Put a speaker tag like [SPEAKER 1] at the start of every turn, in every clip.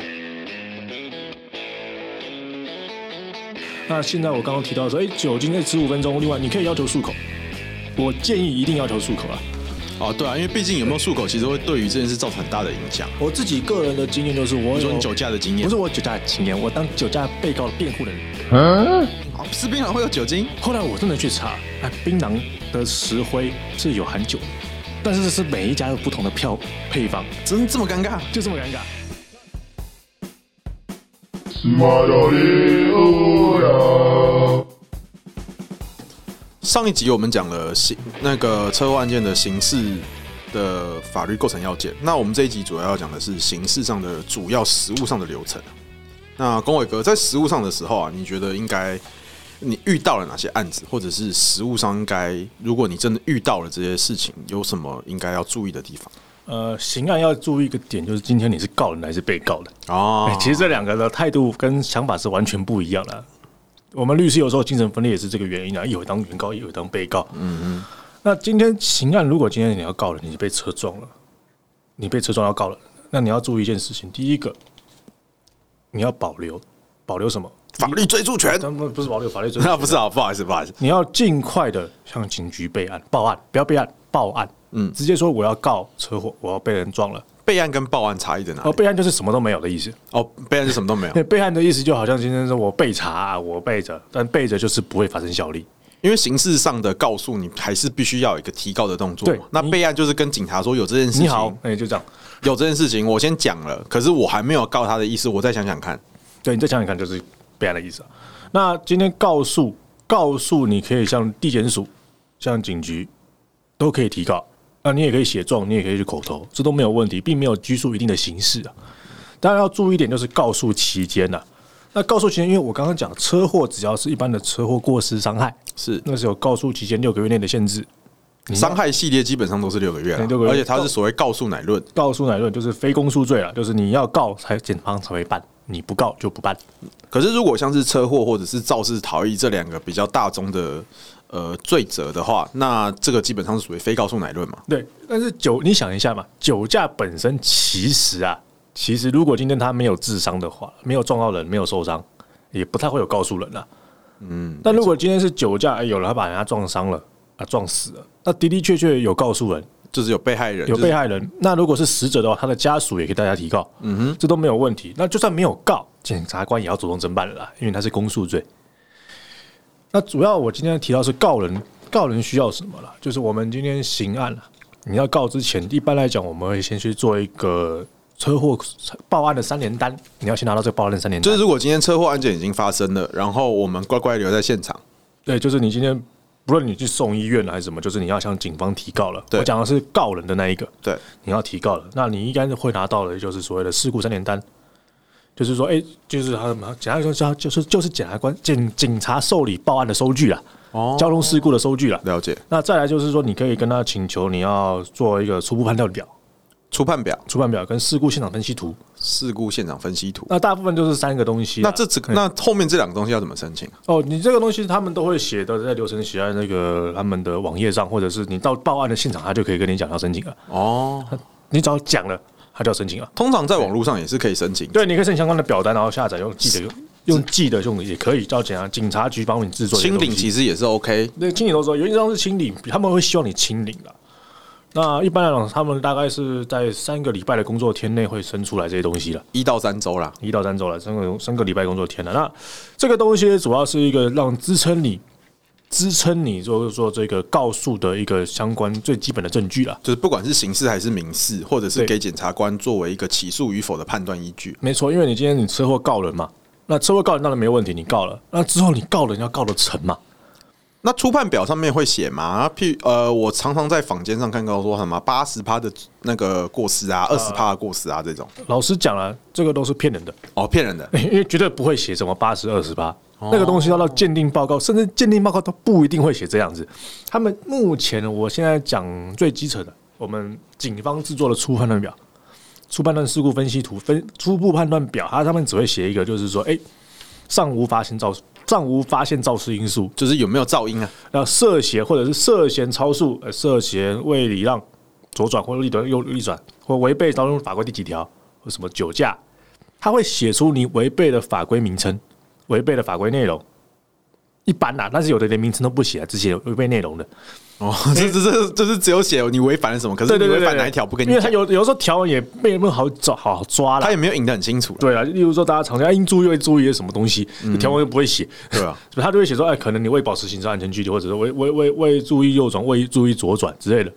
[SPEAKER 1] 那现在我刚刚提到说，哎，酒精在十五分钟，另外你可以要求漱口，我建议一定要求漱口啊。
[SPEAKER 2] 哦，对啊，因为毕竟有没有漱口，其实会对于这件事造成很大的影响。
[SPEAKER 1] 我自己个人的经验就是我有，
[SPEAKER 2] 你说你酒驾的经验
[SPEAKER 1] 不是我酒驾的经验，我当酒驾被告的辩护人。
[SPEAKER 2] 哦吃槟榔会有酒精？
[SPEAKER 1] 后来我真的去查，哎，槟榔的石灰是有含酒的，但是这是每一家有不同的票配方，
[SPEAKER 2] 真这么尴尬？
[SPEAKER 1] 就这么尴尬。
[SPEAKER 2] 上一集我们讲了刑那个车祸案件的刑事的法律构成要件，那我们这一集主要要讲的是刑事上的主要实务上的流程。那龚伟哥在实务上的时候啊，你觉得应该你遇到了哪些案子，或者是实务上应该，如果你真的遇到了这些事情，有什么应该要注意的地方？
[SPEAKER 1] 呃，刑案要注意一个点，就是今天你是告人还是被告人。
[SPEAKER 2] 哦
[SPEAKER 1] 哎，其实这两个的态度跟想法是完全不一样的。我们律师有时候精神分裂也是这个原因啊，一会当原告，一会当被告。嗯嗯。那今天刑案，如果今天你要告人，你被车撞了，你被车撞要告人，那你要注意一件事情，第一个，你要保留，保留什么？
[SPEAKER 2] 法律追诉权。
[SPEAKER 1] 但不不是保留法律责任
[SPEAKER 2] 那 ，不是啊，不好意思，不好意思。
[SPEAKER 1] 你要尽快的向警局备案、报案，不要备案，报案。嗯，直接说我要告车祸，我要被人撞了。
[SPEAKER 2] 备案跟报案差异在哪
[SPEAKER 1] 而
[SPEAKER 2] 里？
[SPEAKER 1] 备案就是什么都没有的意思。
[SPEAKER 2] 哦，备案是什么都没有，
[SPEAKER 1] 那备案的意思就好像今天说我备查、我备着，但备着就是不会发生效力。
[SPEAKER 2] 因为刑事上的告诉你还是必须要有一个提告的动作
[SPEAKER 1] 对
[SPEAKER 2] 嘛。那
[SPEAKER 1] 你
[SPEAKER 2] 备案就是跟警察说有这件事情，
[SPEAKER 1] 你好，哎、就这样。
[SPEAKER 2] 有这件事情，我先讲了，可是我还没有告他的意思，我再想想看。
[SPEAKER 1] 对你再想想看，就是备案的意思、啊。那今天告诉告诉你可以向地检署、向警局都可以提告，那你也可以写状，你也可以去口头，这都没有问题，并没有拘束一定的形式啊。当然要注意一点，就是告诉期间呐、啊那告诉期间，因为我刚刚讲车祸，只要是一般的车祸过失伤害，
[SPEAKER 2] 是
[SPEAKER 1] 那是有告诉期间六个月内的限制。
[SPEAKER 2] 伤害系列基本上都是六个月啦
[SPEAKER 1] 对六个月哦
[SPEAKER 2] 而且它是所谓告诉乃论，
[SPEAKER 1] 告诉乃论就是非公诉罪了，就是你要告才检方才会办，你不告就不办。
[SPEAKER 2] 可是如果像是车祸或者是肇事逃逸这两个比较大宗的呃罪责的话，那这个基本上是属于非告诉乃论嘛。
[SPEAKER 1] 对，但是酒，你想一下嘛，酒驾本身其实啊，其实如果今天他没有智商的话，没有撞到人，没有受伤，也不太会有告诉人啊。嗯，但如果今天是酒驾，哎有人他把人家撞伤了啊，撞死了，那的的确确有告诉人，
[SPEAKER 2] 就是有被害人，
[SPEAKER 1] 有
[SPEAKER 2] 就是
[SPEAKER 1] 被害人。那如果是死者的话，他的家属也可以大家提告，嗯哼，这都没有问题。那就算没有告，检察官也要主动侦办了啦，因为他是公诉罪。那主要我今天提到是告人，告人需要什么啦？就是我们今天刑案了，你要告之前，一般来讲我们会先去做一个车祸报案的三联单，你要先拿到这个报案的三联单
[SPEAKER 2] 就是，如果今天车祸案件已经发生了，然后我们乖乖留在现场，
[SPEAKER 1] 对，就是你今天。不论你去送医院了还是什么，就是你要向警方提告了。
[SPEAKER 2] 对
[SPEAKER 1] 我讲的是告人的那一个，
[SPEAKER 2] 对，
[SPEAKER 1] 你要提告了，那你应该是会拿到的，就是所谓的事故三联单，就是说，哎、就是他们检察官就是就是检察官警警察受理报案的收据啊，
[SPEAKER 2] 哦
[SPEAKER 1] 交通事故的收据啊。
[SPEAKER 2] 了解
[SPEAKER 1] 那再来就是说，你可以跟他请求你要做一个初步判断表、
[SPEAKER 2] 初判表、
[SPEAKER 1] 初判表跟事故现场分析图。
[SPEAKER 2] 事故现场分析图。
[SPEAKER 1] 那大部分就是三个东西啊。
[SPEAKER 2] 那这只
[SPEAKER 1] 嘿
[SPEAKER 2] 那后面这两个东西要怎么申请啊？
[SPEAKER 1] 哦，你这个东西他们都会写的，在流程写在那个他们的网页上，或者是你到报案的现场，他就可以跟你讲要申请了。
[SPEAKER 2] 哦，
[SPEAKER 1] 你只要讲了，他就要申请了。
[SPEAKER 2] 通常在网络上也是可以申请。
[SPEAKER 1] 对，你可以申请相关的表单，然后下载用记得用用记得用的也可以，到警察警察局帮你制作这个
[SPEAKER 2] 清
[SPEAKER 1] 东西
[SPEAKER 2] 零其实也是 OK，
[SPEAKER 1] 对清理都说，有一张是清理，他们会希望你清理啦。那一般来讲，他们大概是在三个礼拜的工作天内会生出来这些东西了，
[SPEAKER 2] 一到三周啦。
[SPEAKER 1] 一到三周了，三个三个礼拜工作天了。那这个东西主要是一个让支撑你支撑你就是说这个告诉的一个相关最基本的证据了。
[SPEAKER 2] 就是不管是刑事还是民事，或者是
[SPEAKER 1] 对
[SPEAKER 2] 给检察官作为一个起诉与否的判断依据。
[SPEAKER 1] 没错，因为你今天你车祸告人嘛，那车祸告人当然没问题，你告了，那之后你告人要告得成嘛？
[SPEAKER 2] 那初判表上面会写嘛？譬呃，我常常在坊间上看到说什么八十趴的那个过失
[SPEAKER 1] 呃
[SPEAKER 2] 啊，二十趴的过失啊这种，
[SPEAKER 1] 老实讲了，这个都是骗人的，
[SPEAKER 2] 哦，骗人的。
[SPEAKER 1] 因为绝对不会写什么八十二十八，那个东西要到鉴定报告，甚至鉴定报告都不一定会写这样子。他们目前，我现在讲最基层的，我们警方制作的初判断表、初判断事故分析图、分初步判断表，他他们只会写一个，就是说，哎、尚无发现肇尚无发现肇事因素，
[SPEAKER 2] 就是有没有噪音啊？
[SPEAKER 1] 那涉嫌或者是涉嫌超速、呃涉嫌未礼让左转或立转右立转，或违背交通法规第几条，或什么酒驾，他会写出你违背的法规名称、违背的法规内容。一般啦、但是有的连名称都不写、啊，只写违背内容的。
[SPEAKER 2] 哦， 这这这这是只有写你违反了什么，可是
[SPEAKER 1] 对
[SPEAKER 2] 你
[SPEAKER 1] 对对
[SPEAKER 2] 违
[SPEAKER 1] 对，
[SPEAKER 2] 反哪一条不跟你
[SPEAKER 1] 因为
[SPEAKER 2] 讲
[SPEAKER 1] 他，有有时候条文也没那么好找好好抓啦
[SPEAKER 2] 他。也没有引得很清楚了，
[SPEAKER 1] 对啊，例如说大家常见，哎，应注意会注意些什么东西，条文又不会写，
[SPEAKER 2] 对啊，
[SPEAKER 1] 所以他就会写说，哎，可能你未保持行车安全距离，或者是未未未未注意右转，未注意左转之类的。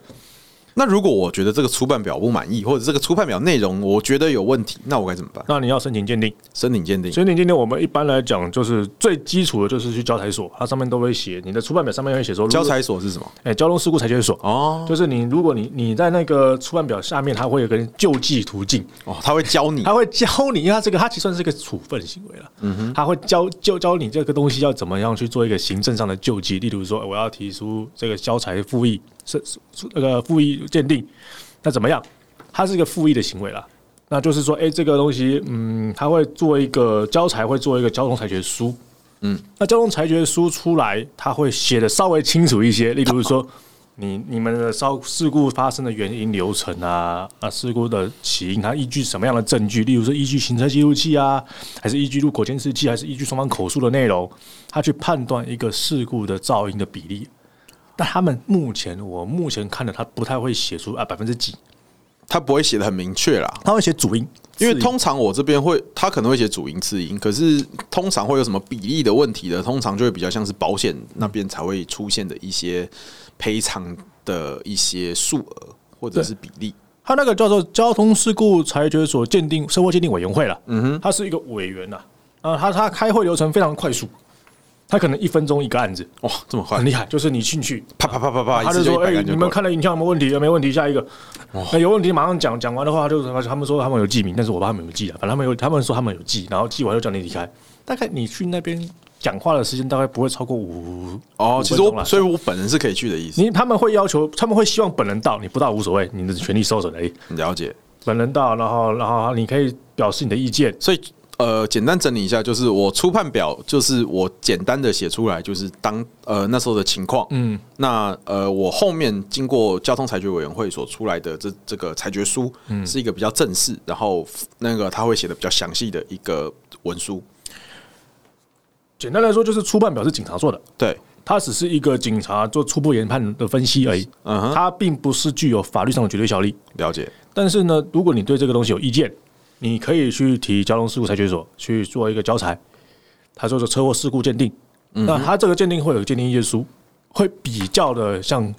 [SPEAKER 2] 那如果我觉得这个初判表不满意，或者这个初判表内容我觉得有问题，那我该怎么办？
[SPEAKER 1] 那你要申请鉴定，
[SPEAKER 2] 申请鉴定。
[SPEAKER 1] 所以你今天我们一般来讲，就是最基础的就是去交台所，它上面都会写你的出版表上面会写说如果
[SPEAKER 2] 交，差所是什么？
[SPEAKER 1] 哎、交通事故裁决所。
[SPEAKER 2] 哦
[SPEAKER 1] 就是你，如果你你在那个出版表下面，它会有个救济途径，
[SPEAKER 2] 哦，他会教你
[SPEAKER 1] 它会教你，因为它这个它其实算是一个处分行为了，嗯哼，它会教教教你这个东西要怎么样去做一个行政上的救济，例如说呃我要提出这个消财复议是是那个复议鉴定，那怎么样？它是一个复议的行为啦。那就是说，哎、这个东西，嗯，它会做一个交财，会做一个交通裁决书，那交通裁决书出来，他会写的稍微清楚一些，例如说， 你你们的烧事故发生的原因、流程啊，啊，事故的起因，它依据什么样的证据？例如说，依据行车记录器啊，还是依据路口监视器，还是依据双方口述的内容，他去判断一个事故的噪音的比例。但他们目前，我目前看的，他不太会写出啊百分之几，
[SPEAKER 2] 他不会写的很明确啦，
[SPEAKER 1] 他会写主因，
[SPEAKER 2] 因为
[SPEAKER 1] 次
[SPEAKER 2] 通常我这边会，他可能会写主因次因，可是通常会有什么比例的问题的，通常就会比较像是保险那边才会出现的一些赔偿的一些数额或者是比例。
[SPEAKER 1] 他那个叫做交通事故裁决所鉴定社会鉴定委员会了，嗯哼，他是一个委员呐、啊，他他开会流程非常快速，他可能一分钟一个案子，
[SPEAKER 2] 哇，哦这么快
[SPEAKER 1] 很，厉害，就是你进去，
[SPEAKER 2] 啊啪啪啪啪啪，
[SPEAKER 1] 他
[SPEAKER 2] 一
[SPEAKER 1] 就
[SPEAKER 2] 次就
[SPEAKER 1] 说，
[SPEAKER 2] 一
[SPEAKER 1] 哎，
[SPEAKER 2] 百个人
[SPEAKER 1] 你
[SPEAKER 2] 就够
[SPEAKER 1] 们
[SPEAKER 2] 了。
[SPEAKER 1] 看了影像有没有问题？有没有问题？下一个，那有问题马上讲，讲完的话就是他们说他们有记名，但是我怕他们有记啊，反正他们有，他们说他们有记，然后记完就叫你离开，大概你去那边讲话的时间大概不会超过五
[SPEAKER 2] 哦，
[SPEAKER 1] 五
[SPEAKER 2] 其实
[SPEAKER 1] 分钟
[SPEAKER 2] 我，
[SPEAKER 1] 啦
[SPEAKER 2] 所以我本人是可以去的意思。哦
[SPEAKER 1] 你他们会要求，他们会希望本人到，你不到无所谓，你的权利受损而已。
[SPEAKER 2] 了解。
[SPEAKER 1] 本人到，然后然后你可以表示你的意见，
[SPEAKER 2] 所以呃，简单整理一下，就是我初判表，就是我简单的写出来，就是当呃那时候的情况。嗯，那呃，我后面经过交通裁决委员会所出来的这这个裁决书，是一个比较正式，然后呃那个他会写的比较详细的一个文书。
[SPEAKER 1] 简单来说就是初判表是警察做的，
[SPEAKER 2] 对，
[SPEAKER 1] 它只是一个警察做初步研判的分析而已，
[SPEAKER 2] 嗯哼
[SPEAKER 1] 它并不是具有法律上的绝对效力。
[SPEAKER 2] 了解。
[SPEAKER 1] 但是呢，如果你对这个东西有意见，你可以去提交通事故裁决所去做一个交裁，他做做车祸事故鉴定，那他这个鉴定会有鉴定意见书，会比较的像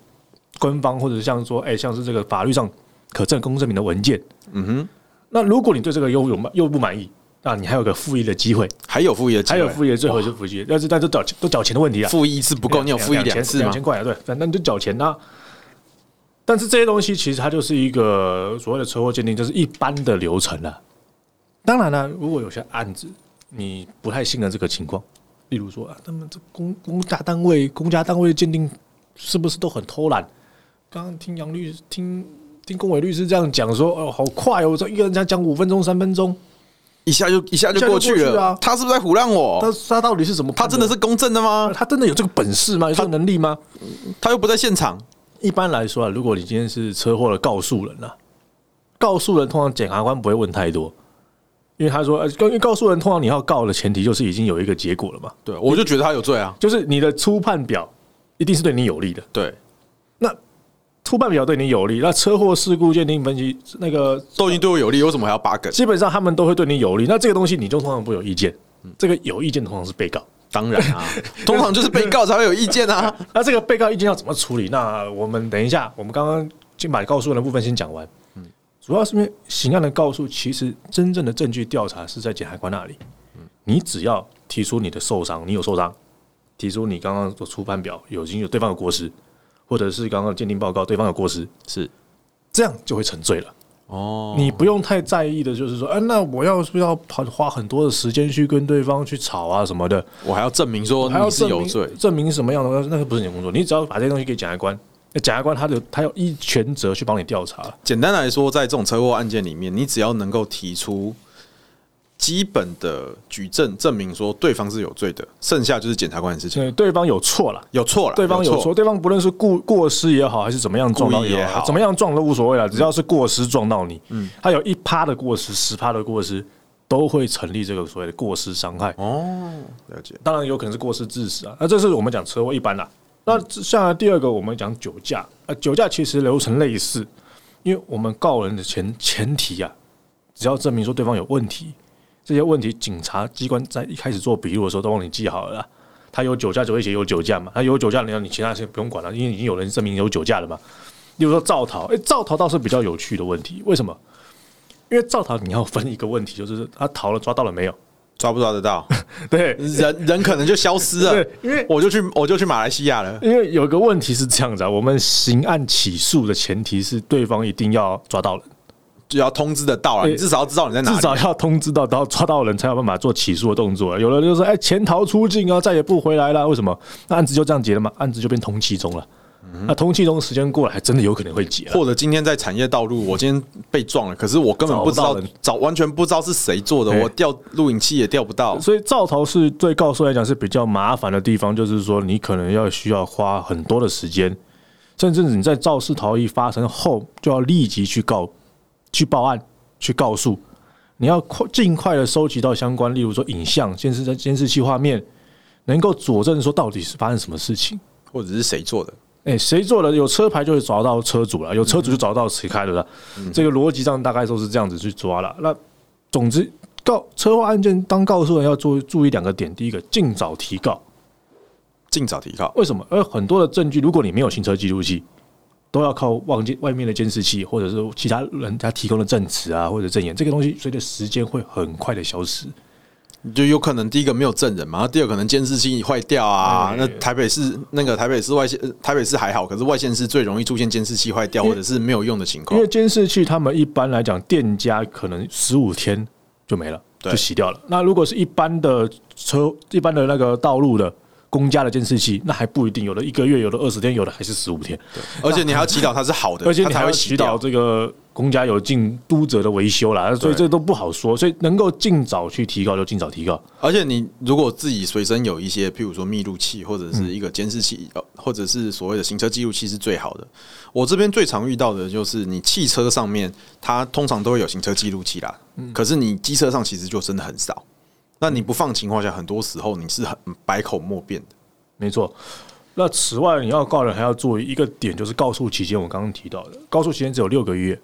[SPEAKER 1] 官方或者像说，哎、像是这个法律上可证公证明的文件，嗯哼。那如果你对这个又有又不满意，那你还有个复议的机会，
[SPEAKER 2] 还有复议的机
[SPEAKER 1] 还
[SPEAKER 2] 会，
[SPEAKER 1] 有复议的最后就复议，但是但是都缴都缴钱的问题啊，
[SPEAKER 2] 复议一次不够，你有复议
[SPEAKER 1] 两
[SPEAKER 2] 两次吗
[SPEAKER 1] 两？千块啊，对，反正你就缴钱啊。但是这些东西其实它就是一个所谓的车祸鉴定，就是一般的流程了、当然了、如果有些案子你不太信任这个情况，例如说啊，他们这公公家单位、公家单位鉴定是不是都很偷懒？刚刚听杨律听听龚伟律师这样讲说，哦，好快哦，这一个人家讲五分钟、三分钟，
[SPEAKER 2] 一下就一下就
[SPEAKER 1] 一下就
[SPEAKER 2] 过
[SPEAKER 1] 过
[SPEAKER 2] 去
[SPEAKER 1] 去
[SPEAKER 2] 了。
[SPEAKER 1] 啊
[SPEAKER 2] 他是不是在胡乱我？
[SPEAKER 1] 他他到底是怎么
[SPEAKER 2] 哦他
[SPEAKER 1] 判？
[SPEAKER 2] 真的是公正的吗？
[SPEAKER 1] 他真的有这个本事吗？有这个能力吗？
[SPEAKER 2] 他又不在现场。
[SPEAKER 1] 一般来说啊，如果你今天是车祸的告诉人啊，告诉人通常检察官不会问太多，因为他说，呃，因为告诉人通常你要告的前提就是已经有一个结果了嘛，
[SPEAKER 2] 对，我就觉得他有罪啊。
[SPEAKER 1] 就是你的初判表一定是对你有利的，
[SPEAKER 2] 对，
[SPEAKER 1] 那初判表对你有利，那车祸事故鉴定分析那个
[SPEAKER 2] 都已经对我有利，为什么还要八梗？
[SPEAKER 1] 基本上他们都会对你有利，那这个东西你就通常不有意见，嗯这个有意见通常是被告。
[SPEAKER 2] 当然啊， 通常就是被告才会有意见啊。
[SPEAKER 1] 那这个被告意见要怎么处理？那我们等一下，我们刚刚先把告诉人的部分先讲完。嗯，主要是因为刑案的告诉，其实真正的证据调查是在检察官那里。嗯你只要提出你的受伤，你有受伤，提出你刚刚所出判表有已经有对方有过失，或者是刚刚的鉴定报告对方有过失，
[SPEAKER 2] 是
[SPEAKER 1] 这样就会成罪了。
[SPEAKER 2] 哦，
[SPEAKER 1] 你不用太在意的，就是说，哎、那我要是不是要花花很多的时间去跟对方去吵啊什么的？
[SPEAKER 2] 我还要证明说
[SPEAKER 1] 还要
[SPEAKER 2] 你是
[SPEAKER 1] 证
[SPEAKER 2] 有
[SPEAKER 1] 明
[SPEAKER 2] 罪，
[SPEAKER 1] 证明什么样的？那个不是你的工作，你只要把这些东西给检察官，那检察官他的他有依权责去帮你调查。
[SPEAKER 2] 简单来说，在这种车祸案件里面，你只要能够提出基本的举证，证明说对方是有罪的，剩下就是检察官的事情。
[SPEAKER 1] 对，对方有错了，
[SPEAKER 2] 有错了，
[SPEAKER 1] 对方有
[SPEAKER 2] 有
[SPEAKER 1] 错，，对方不论是故过失也好，还是怎么样撞到
[SPEAKER 2] 故意
[SPEAKER 1] 也
[SPEAKER 2] 也好嗯
[SPEAKER 1] 好，怎么样撞都无所谓了，只要是过失撞到你，他有一趴的过失，十趴的过失，都会成立这个所谓的过失伤害。
[SPEAKER 2] 哦，了解。
[SPEAKER 1] 当然有可能是过失致死啊。那这是我们讲车祸一般啦。那下来第二个，我们讲酒驾啊，酒驾其实流程类似，因为我们告人的前前提啊，只要证明说对方有问题，这些问题警察机关在一开始做笔录的时候都帮你记好了啦。他有酒驾就会写有酒驾嘛，他有酒驾，你你其他先不用管了，因为已经有人证明有酒驾了嘛。例如说造逃，哎、造逃倒是比较有趣的问题，为什么？因为造逃你要分一个问题，就是他逃了抓到了没有？
[SPEAKER 2] 抓不抓得到？
[SPEAKER 1] 对，
[SPEAKER 2] 人人可能就消失了
[SPEAKER 1] 对，因为
[SPEAKER 2] 我就去我就去马来西亚了。
[SPEAKER 1] 因为有个问题是这样子啊，我们刑案起诉的前提是对方一定要抓到人，
[SPEAKER 2] 就要通知得到了，
[SPEAKER 1] 对
[SPEAKER 2] 你至少要知道你在哪
[SPEAKER 1] 至
[SPEAKER 2] 里。
[SPEAKER 1] 少要通知到，到抓到人才有办法做起诉的动作啊。有的人就说，哎、潜逃出境啊，再也不回来了，为什么？那案子就这样结了嘛，案子就变通缉中了。那通缉中时间过了，还真的有可能会结啊。
[SPEAKER 2] 或者今天在产业道路，我今天被撞了，可是我根本不知
[SPEAKER 1] 找
[SPEAKER 2] 道
[SPEAKER 1] 不到人，
[SPEAKER 2] 找完全不知道是谁做的，
[SPEAKER 1] 哎
[SPEAKER 2] 我调录影器也调不到。
[SPEAKER 1] 所以造逃是对告诉来讲是比较麻烦的地方，就是说你可能要需要花很多的时间，甚至你在肇事逃逸发生后就要立即去告、去报案、去告诉，你要快尽快的收集到相关，例如说影像、监视在监视器画面，能够佐证说到底是发生什么事情。
[SPEAKER 2] 或者是谁做的？
[SPEAKER 1] 哎、谁做的？有车牌就会找到车主了，有车主就找到谁开的了。这个逻辑上大概都是这样子去抓了。那总之，告车祸案件当告诉人要注注意两个点：第一个，尽早提告。
[SPEAKER 2] 尽早提告。
[SPEAKER 1] 为什么？因为很多的证据，如果你没有行车记录器，都要靠望见外面的监视器，或者是其他人家提供的证词啊，或者证言，这个东西随着时间会很快的消失。
[SPEAKER 2] 就有可能第一个没有证人嘛，然后第二可能监视器坏掉啊。
[SPEAKER 1] 哎
[SPEAKER 2] 那台北市那个台北市外县，呃台北市还好，可是外县市最容易出现监视器坏掉
[SPEAKER 1] 因
[SPEAKER 2] 或
[SPEAKER 1] 为
[SPEAKER 2] 者是没有用的情
[SPEAKER 1] 因
[SPEAKER 2] 况
[SPEAKER 1] 为。监视器他们一般来讲，店家可能十五天就没了，
[SPEAKER 2] 对
[SPEAKER 1] 就洗掉了。那如果是一般的车、一般的那个道路的公家的监视器，那还不一定，有的一个月，有的二十天，有的还是十五天，
[SPEAKER 2] 而且你还要祈祷它是好的，
[SPEAKER 1] 而且
[SPEAKER 2] 它
[SPEAKER 1] 你还
[SPEAKER 2] 才
[SPEAKER 1] 要
[SPEAKER 2] 会
[SPEAKER 1] 祈
[SPEAKER 2] 洗
[SPEAKER 1] 祷
[SPEAKER 2] 掉。
[SPEAKER 1] 这个公家有进都者的维修啦，所以
[SPEAKER 2] 对
[SPEAKER 1] 这都不好说。所以能够尽早去提高就尽早提高。
[SPEAKER 2] 而且你如果自己随身有一些，譬如说密录器或者
[SPEAKER 1] 嗯
[SPEAKER 2] 是一个监视器，呃或者是所谓的行车记录器是最好的。我这边最常遇到的就是你汽车上面，它通常都会有行车记录器啦，
[SPEAKER 1] 嗯
[SPEAKER 2] 可是你机车上其实就真的很少。那你不放情况下，很多时候你是很百口莫辩的。
[SPEAKER 1] 没错。那此外，你要告人还要注意一个点，就是告诉期间，我刚刚提到的，告诉期间只有六个月。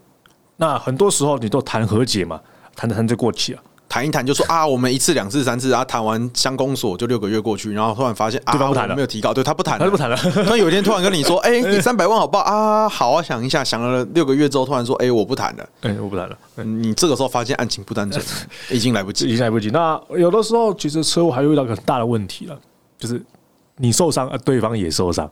[SPEAKER 1] 那很多时候你都谈和解嘛，谈着谈着过期了。
[SPEAKER 2] 谈一谈就说啊，我们一次、两次、三次啊，谈完乡公所就六个月过去，然后突然发现啊，
[SPEAKER 1] 对方不谈了
[SPEAKER 2] 我没有提高，对他不谈，
[SPEAKER 1] 他就不谈了
[SPEAKER 2] 突然有一天突然跟你 说，哎、你三百万好不好啊？好啊，想一下，想了六个月之后，突然说，哎、我不谈了。
[SPEAKER 1] 哎、我不谈了，
[SPEAKER 2] 你这个时候发现案情不 单纯，已经来不
[SPEAKER 1] 已
[SPEAKER 2] 及。
[SPEAKER 1] 经来不及。那有的时候其实车祸还遇到一个很大的问题了，就是你受伤，啊，对方也受伤，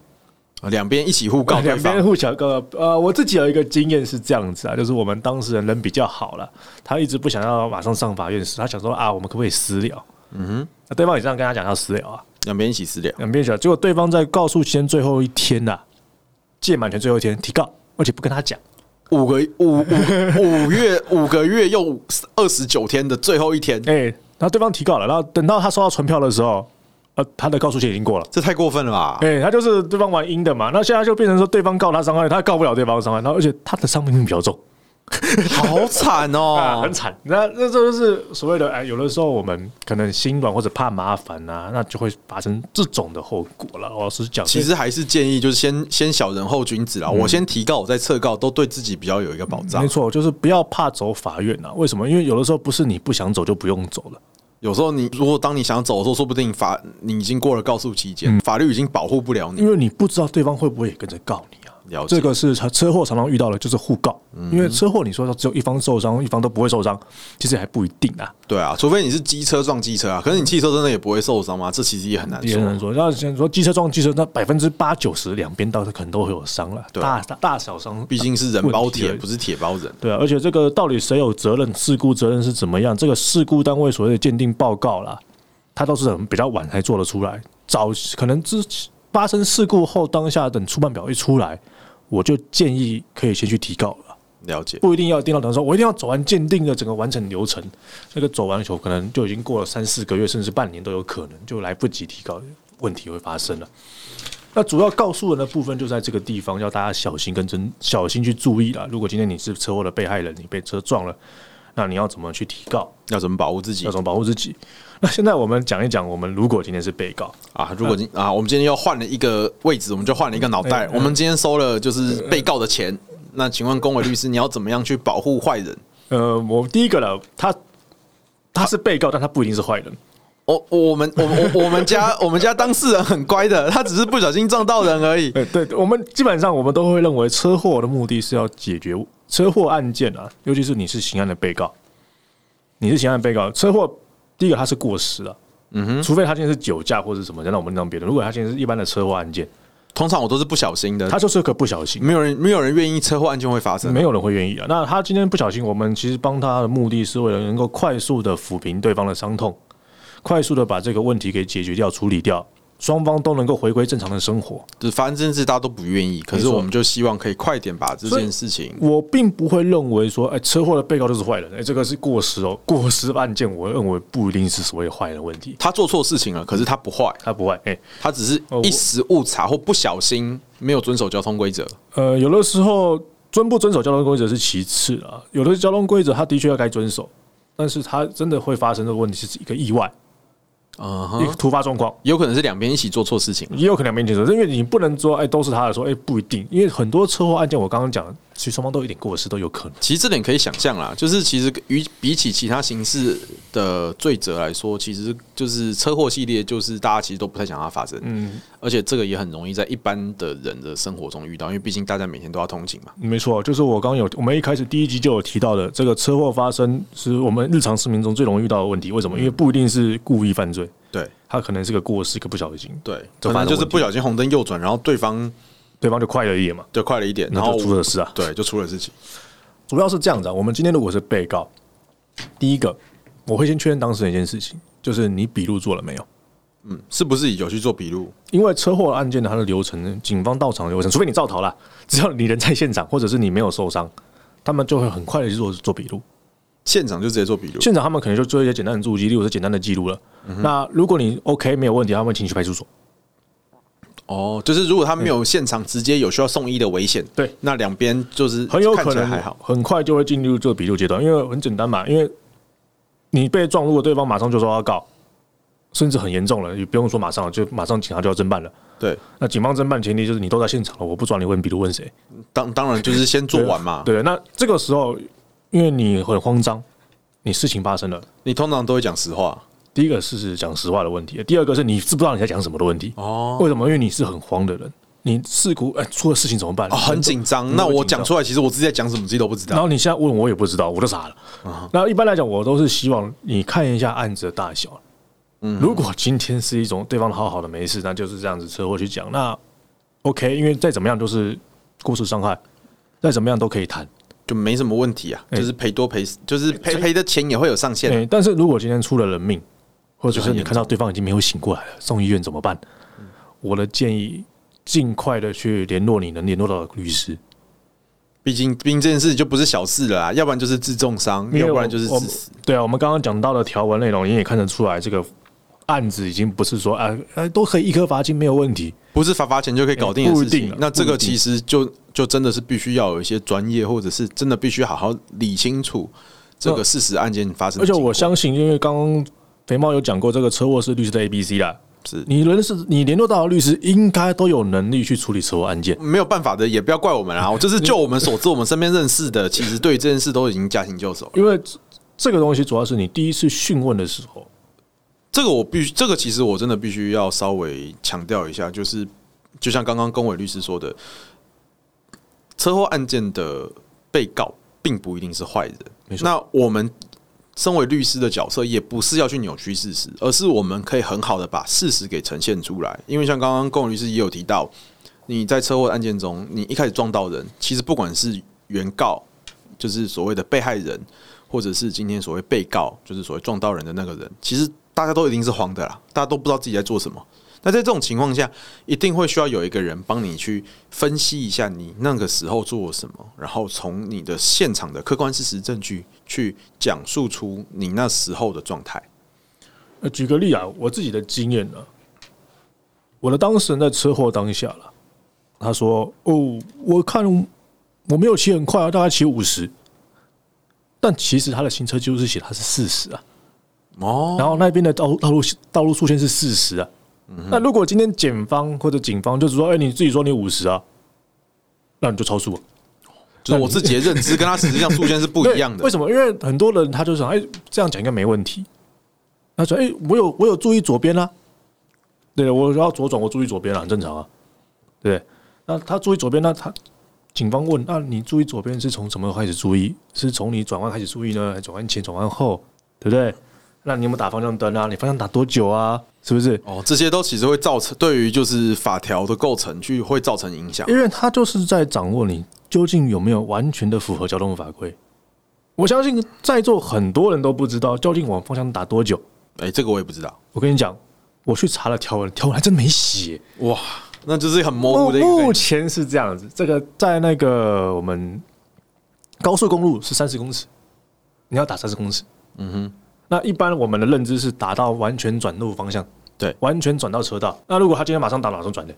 [SPEAKER 2] 两边一起互告对
[SPEAKER 1] 两边
[SPEAKER 2] 方，
[SPEAKER 1] 互相告。呃，我自己有一个经验是这样子啊，就是我们当事人人比较好了，他一直不想要马上上法院，他想说啊，我们可不可以私了？嗯哼，那对方也这样跟他讲要私了啊，
[SPEAKER 2] 两边一起私了。
[SPEAKER 1] 两边讲，结果对方在告诉期间最后一天呐、届满权最后一天提告，而且不跟他讲。
[SPEAKER 2] 五个五 五五月五个月又二十九天的最后 一天，
[SPEAKER 1] 哎、然后对方提告了，然后等到他收到传票的时候，呃，他的告诉期已经过了。
[SPEAKER 2] 这太过分了吧？
[SPEAKER 1] 哎、他就是对方玩阴的嘛，那现在就变成说对方告他伤害，他告不了对方伤害，然后而且他的伤病比较重，
[SPEAKER 2] 好惨
[SPEAKER 1] 啊，
[SPEAKER 2] 哦
[SPEAKER 1] 很！惨。那那这就是所谓的哎，有的时候我们可能心软或者怕麻烦啊，那就会发生这种的后果了。我老实讲，
[SPEAKER 2] 其实还是建议就是先先小人后君子啦。我先提告，我再撤告，都对自己比较有一个保
[SPEAKER 1] 嗯
[SPEAKER 2] 障
[SPEAKER 1] 没。错，就是不要怕走法院啊。为什么？因为有的时候不是你不想走就不用走了。
[SPEAKER 2] 有时候你如果当你想走的时候，说不定法你已经过了告诉期间，
[SPEAKER 1] 嗯
[SPEAKER 2] 法律已经保护不了你。
[SPEAKER 1] 因为你不知道对方会不会也跟着告你啊。
[SPEAKER 2] 了解
[SPEAKER 1] 这个是车祸常常遇到的，就是互告。因为车祸你说只有一方受伤，一方都不会受伤，其实还不一定啊，
[SPEAKER 2] 对啊，除非你是机车撞机车啊，可是你汽车真的也不会受伤吗？这其实也很难
[SPEAKER 1] 也很
[SPEAKER 2] 说。
[SPEAKER 1] 难说。那像说机车撞机车，那百分之八九十两边倒是可能都会有伤了，
[SPEAKER 2] 对啊
[SPEAKER 1] 大大大小伤，
[SPEAKER 2] 毕竟是人包铁，
[SPEAKER 1] 问题而已
[SPEAKER 2] 不是铁包人。
[SPEAKER 1] 对啊，而且这个到底谁有责任，事故责任是怎么样？这个事故单位所谓的鉴定报告啦，它都是很比较晚才做得出来，早可能之发生事故后当下等初判表一出来，我就建议可以先去提告了。
[SPEAKER 2] 了解，
[SPEAKER 1] 不一定要定到等于说，我一定要走完鉴定的整个完整流程。那个走完球可能就已经过了三四个月，甚至半年都有可能，就来不及提高，问题会发生了。那主要告诉人的部分就在这个地方，要大家小心跟真小心去注意了。如果今天你是车祸的被害人，你被车撞了，那你要怎么去提告？
[SPEAKER 2] 要怎么保护自己
[SPEAKER 1] 要怎么保护自己？那现在我们讲一讲，我们如果今天是被告，
[SPEAKER 2] 啊？如果今啊，我们今天又换了一个位置，我们就换了一个脑袋。
[SPEAKER 1] 嗯
[SPEAKER 2] 我们今天收了就是被告的钱，那请问公委律师，你要怎么样去保护坏人？
[SPEAKER 1] 呃，我第一个了，他他是被告，但他不一定是坏人。
[SPEAKER 2] 我哦我们我们我我们家 我们家当事人很乖的，他只是不小心撞到人而已。
[SPEAKER 1] 对对，我们基本上我们都会认为车祸的目的是要解决车祸案件啊，尤其是你是刑案的被告，你是刑案的被告，车祸第一个他是过失了、嗯哼，除非他今天是酒驾或者什么，那我们让别人。如果他今天是一般的车祸案件，
[SPEAKER 2] 通常我都是不小心的
[SPEAKER 1] 他，就是个不小心，
[SPEAKER 2] 没有人没有人愿意车祸案件会发生。
[SPEAKER 1] 没有人会愿意啊。那他今天不小心，我们其实帮他的目的是为了能够快速的抚平对方的伤痛，快速的把这个问题给解决掉、处理掉，双方都能够回归正常的生活。
[SPEAKER 2] 就是发生这件事，大家都不愿意，可是
[SPEAKER 1] 没错
[SPEAKER 2] 我们就希望可以快点把这件事情
[SPEAKER 1] 我并不会认为说，哎、车祸的被告就是坏人，哎、这个是过失哦， 过失案件，我认为不一定是所谓坏人的问题，
[SPEAKER 2] 他做错事情了，可是他不坏，
[SPEAKER 1] 他不坏，哎、
[SPEAKER 2] 他只是
[SPEAKER 1] 哦我
[SPEAKER 2] 一时误查或不小心没有遵守交通规则。
[SPEAKER 1] 呃，有的时候遵不遵守交通规则是其次啊，有的交通规则他的确要该遵守，但是他真的会发生的问题是一个意外，
[SPEAKER 2] 嗯
[SPEAKER 1] 一
[SPEAKER 2] 哼，
[SPEAKER 1] 个突发状况，
[SPEAKER 2] 有可能是两边一起做错事情。
[SPEAKER 1] 也有可能没清楚，因为你不能说，哎、都是他的说，哎、不一定，因为很多车祸案件，我刚刚讲，其实双方都有一点过失都有可能，
[SPEAKER 2] 其实这点可以想象啦，就是其实与比起其他刑事的罪责来说，其实就是车祸系列，就是大家其实都不太想它发生，
[SPEAKER 1] 嗯，
[SPEAKER 2] 而且这个也很容易在一般的人的生活中遇到，因为毕竟大家每天都要通勤嘛。
[SPEAKER 1] 没错，就是我刚有我们一开始第一集就有提到的，这个车祸发生是我们日常市民中最容易遇到的问题。为什么？因为不一定是故意犯罪，
[SPEAKER 2] 对
[SPEAKER 1] 他可能是个过失，一个不小心，
[SPEAKER 2] 对，
[SPEAKER 1] 这
[SPEAKER 2] 可
[SPEAKER 1] 发生
[SPEAKER 2] 能就是
[SPEAKER 1] 问题
[SPEAKER 2] 不小心红灯右转，然后对方
[SPEAKER 1] 对方就快了一点嘛，
[SPEAKER 2] 就快了一点，然
[SPEAKER 1] 然
[SPEAKER 2] 后
[SPEAKER 1] 后出了事啊。
[SPEAKER 2] 对就出了事情。
[SPEAKER 1] 主要是这样子啊，我们今天如果是被告，第一个我会先确认当事人一件事情，就是你笔录做了没有？
[SPEAKER 2] 嗯，是不是有去做笔录？
[SPEAKER 1] 因为车祸案件的它的流程，警方到场的流程，除非你造逃啦，只要你人在现场，或者是你没有受伤，他们就会很快的去做做笔录。
[SPEAKER 2] 现场就直接做笔录。
[SPEAKER 1] 现场他们可能就做一些简单的注记，例如是简单的记录了。那如果你 OK 没有问题，他们会请你去派出所。
[SPEAKER 2] 哦，就是如果他没有现场直接有需要送医的危险，
[SPEAKER 1] 嗯对，
[SPEAKER 2] 那两边就是
[SPEAKER 1] 很有
[SPEAKER 2] 看起
[SPEAKER 1] 可
[SPEAKER 2] 来
[SPEAKER 1] 能
[SPEAKER 2] 还好。
[SPEAKER 1] 很快就会进入这个笔录阶段，因为很简单嘛，因为你被撞，如果对方马上就说要告，甚至很严重了，也不用说马上了，就马上警察就要侦办了。
[SPEAKER 2] 对，
[SPEAKER 1] 那警方侦办前提就是你都在现场了，我不抓你问笔录问谁？
[SPEAKER 2] 当当然就是先做完嘛。
[SPEAKER 1] 对，那这个时候因为你很慌张，你事情发生了，
[SPEAKER 2] 你通常都会讲实话。
[SPEAKER 1] 第一个是讲实话的问题，第二个是你知不知道你在讲什么的问题。
[SPEAKER 2] 哦
[SPEAKER 1] 为什么？因为你是很慌的人，你事故哎、出了事情怎么办？
[SPEAKER 2] 哦，很紧张。
[SPEAKER 1] 你
[SPEAKER 2] 那
[SPEAKER 1] 会
[SPEAKER 2] 我
[SPEAKER 1] 紧张
[SPEAKER 2] 讲出来，其实我自己在讲什么自己都不知
[SPEAKER 1] 然
[SPEAKER 2] 道。
[SPEAKER 1] 后你现在问我也不知道，我都傻了。
[SPEAKER 2] 嗯
[SPEAKER 1] 那一般来讲，我都是希望你看一下案子的大小。
[SPEAKER 2] 嗯
[SPEAKER 1] 如果今天是一种对方好好的没事，那就是这样子车祸去讲，那 OK，因为再怎么样都是过失伤害，再怎么样都可以谈。
[SPEAKER 2] 就没什么问题啊，
[SPEAKER 1] 哎
[SPEAKER 2] 就是赔多赔，就是赔赔的钱也会有上限啊。
[SPEAKER 1] 对，哎但是如果今天出了人命，或者
[SPEAKER 2] 就是很
[SPEAKER 1] 你
[SPEAKER 2] 严
[SPEAKER 1] 看到对方已经没有醒过来了，送医院怎么办？我的建议，尽快的去联络你能联络到的律师。
[SPEAKER 2] 毕竟毕竟这件事就不是小事了啊，要不然就是致重伤，
[SPEAKER 1] 因为
[SPEAKER 2] 要不
[SPEAKER 1] 我
[SPEAKER 2] 然就是
[SPEAKER 1] 我
[SPEAKER 2] 致死。
[SPEAKER 1] 对啊，我们刚刚讲到的条文内容，你也看得出来，这个案子已经不是说啊啊都可以一颗罚金没有问题。
[SPEAKER 2] 不是罚罚钱就可以搞定的
[SPEAKER 1] 不一
[SPEAKER 2] 事情
[SPEAKER 1] 定啊。
[SPEAKER 2] 那这
[SPEAKER 1] 不
[SPEAKER 2] 个
[SPEAKER 1] 一定
[SPEAKER 2] 其实就就真的是必须要有一些专业，或者是真的必须好好理清楚这个事实案件发生
[SPEAKER 1] 而
[SPEAKER 2] 的
[SPEAKER 1] 且
[SPEAKER 2] 经过。
[SPEAKER 1] 我相信，因为刚刚肥猫有讲过，这个车祸是律师的 A B C 啦，
[SPEAKER 2] 是
[SPEAKER 1] 你人是你联络到的律师，应该都有能力去处理车祸案件。
[SPEAKER 2] 没有办法的，也不要怪我们啊。我就是就我们所知，我们身边认识的，其实对于这件事都已经驾轻就熟了。
[SPEAKER 1] 因为这这个东西主要是你第一次讯问的时候，
[SPEAKER 2] 这个我必须，这个其实我真的必须要稍微强调一下，就是就像刚刚龚伟律师说的，车祸案件的被告并不一定是坏人。
[SPEAKER 1] 没错
[SPEAKER 2] 那我们身为律师的角色，也不是要去扭曲事实，而是我们可以很好的把事实给呈现出来。因为像刚刚龚伟律师也有提到，你在车祸案件中，你一开始撞到人，其实不管是原告，就是所谓的被害人，或者是今天所谓被告，就是所谓撞到人的那个人，其实大家都一定是慌的啦，大家都不知道自己在做什么。那在这种情况下，一定会需要有一个人帮你去分析一下你那个时候做了什么，然后从你的现场的客观事实证据去讲述出你那时候的状态。
[SPEAKER 1] 呃，举个例啊，我自己的经验呢、啊我的当事人在车祸当下了，他说：“哦，我看我没有骑很快啊，大概骑五十。”但其实他的行车记录是写他是四十啊，
[SPEAKER 2] 哦，
[SPEAKER 1] 然后那边的道路道路道路速限是四十啊。那如果今天检方或者警方就是说，哎、你自己说你五十啊，那你就超速啊了。
[SPEAKER 2] 就是我自己的认知跟他实际上速限是不一样
[SPEAKER 1] 对
[SPEAKER 2] 的。
[SPEAKER 1] 为什么？因为很多人他就想，哎、这样讲应该没问题。他说，哎、我有我有注意左边啊，对，我要左转，我注意左边啊，很正常啊，对不对。那他注意左边，那他警方问，那你注意左边是从什么时候开始注意？是从你转弯开始注意呢？还是转弯前、转弯后，对不对？那你有没有打方向灯啊？你方向打多久啊？是不是？
[SPEAKER 2] 哦，这些都其实会造成对于就是法条的构成去会造成影响。
[SPEAKER 1] 因为他就是在掌握你究竟有没有完全的符合交通法规。我相信在座很多人都不知道究竟往方向打多久。
[SPEAKER 2] 哎，这个我也不知道。
[SPEAKER 1] 我跟你讲，我去查了条文，条文还真没写。
[SPEAKER 2] 哇，那就是很模糊
[SPEAKER 1] 目
[SPEAKER 2] 的一个概
[SPEAKER 1] 目
[SPEAKER 2] 念。
[SPEAKER 1] 前是这样子，这个在那个我们高速公路是三十公尺，你要打三十公尺。嗯哼，那一般我们的认知是打到完全转入方向，
[SPEAKER 2] 对
[SPEAKER 1] 完全转到车道。那如果他今天马上打，马上转的，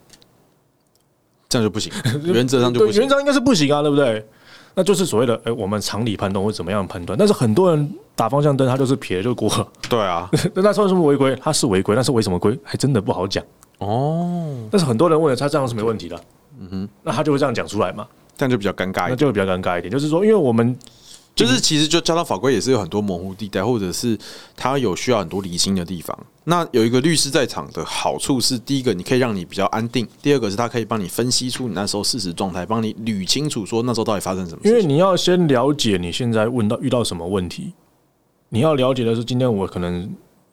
[SPEAKER 2] 这样就 不行，原则上就
[SPEAKER 1] 对，
[SPEAKER 2] 不行
[SPEAKER 1] 原。则上应该是不行啊，对不对？那就是所谓的，哎、我们常理判断或怎么样判断，但是很多人打方向灯，他就是撇就过了。
[SPEAKER 2] 对啊，
[SPEAKER 1] 那那算是不是违规？他是违规，但是为什么规，还真的不好讲。
[SPEAKER 2] 哦，
[SPEAKER 1] 但是很多人问了，他这样是没问题的，嗯哼，哎那他就会这样讲出来嘛，
[SPEAKER 2] 这样就比较尴尬一
[SPEAKER 1] 那
[SPEAKER 2] 点。
[SPEAKER 1] 就会比较尴尬一点。就是说，因为我们
[SPEAKER 2] 就是其实就交通法规也是有很多模糊地带，或者是它有需要很多厘清的地方。那有一个律师在场的好处是，第一个你可以让你比较安定，第二个是他可以帮你分析出你那时候事实状态，帮你捋清楚说那时候到底发生什么
[SPEAKER 1] 因
[SPEAKER 2] 事
[SPEAKER 1] 为
[SPEAKER 2] 情。
[SPEAKER 1] 你要先了解你现在问到遇到什么问题，你要了解的是，今天我可能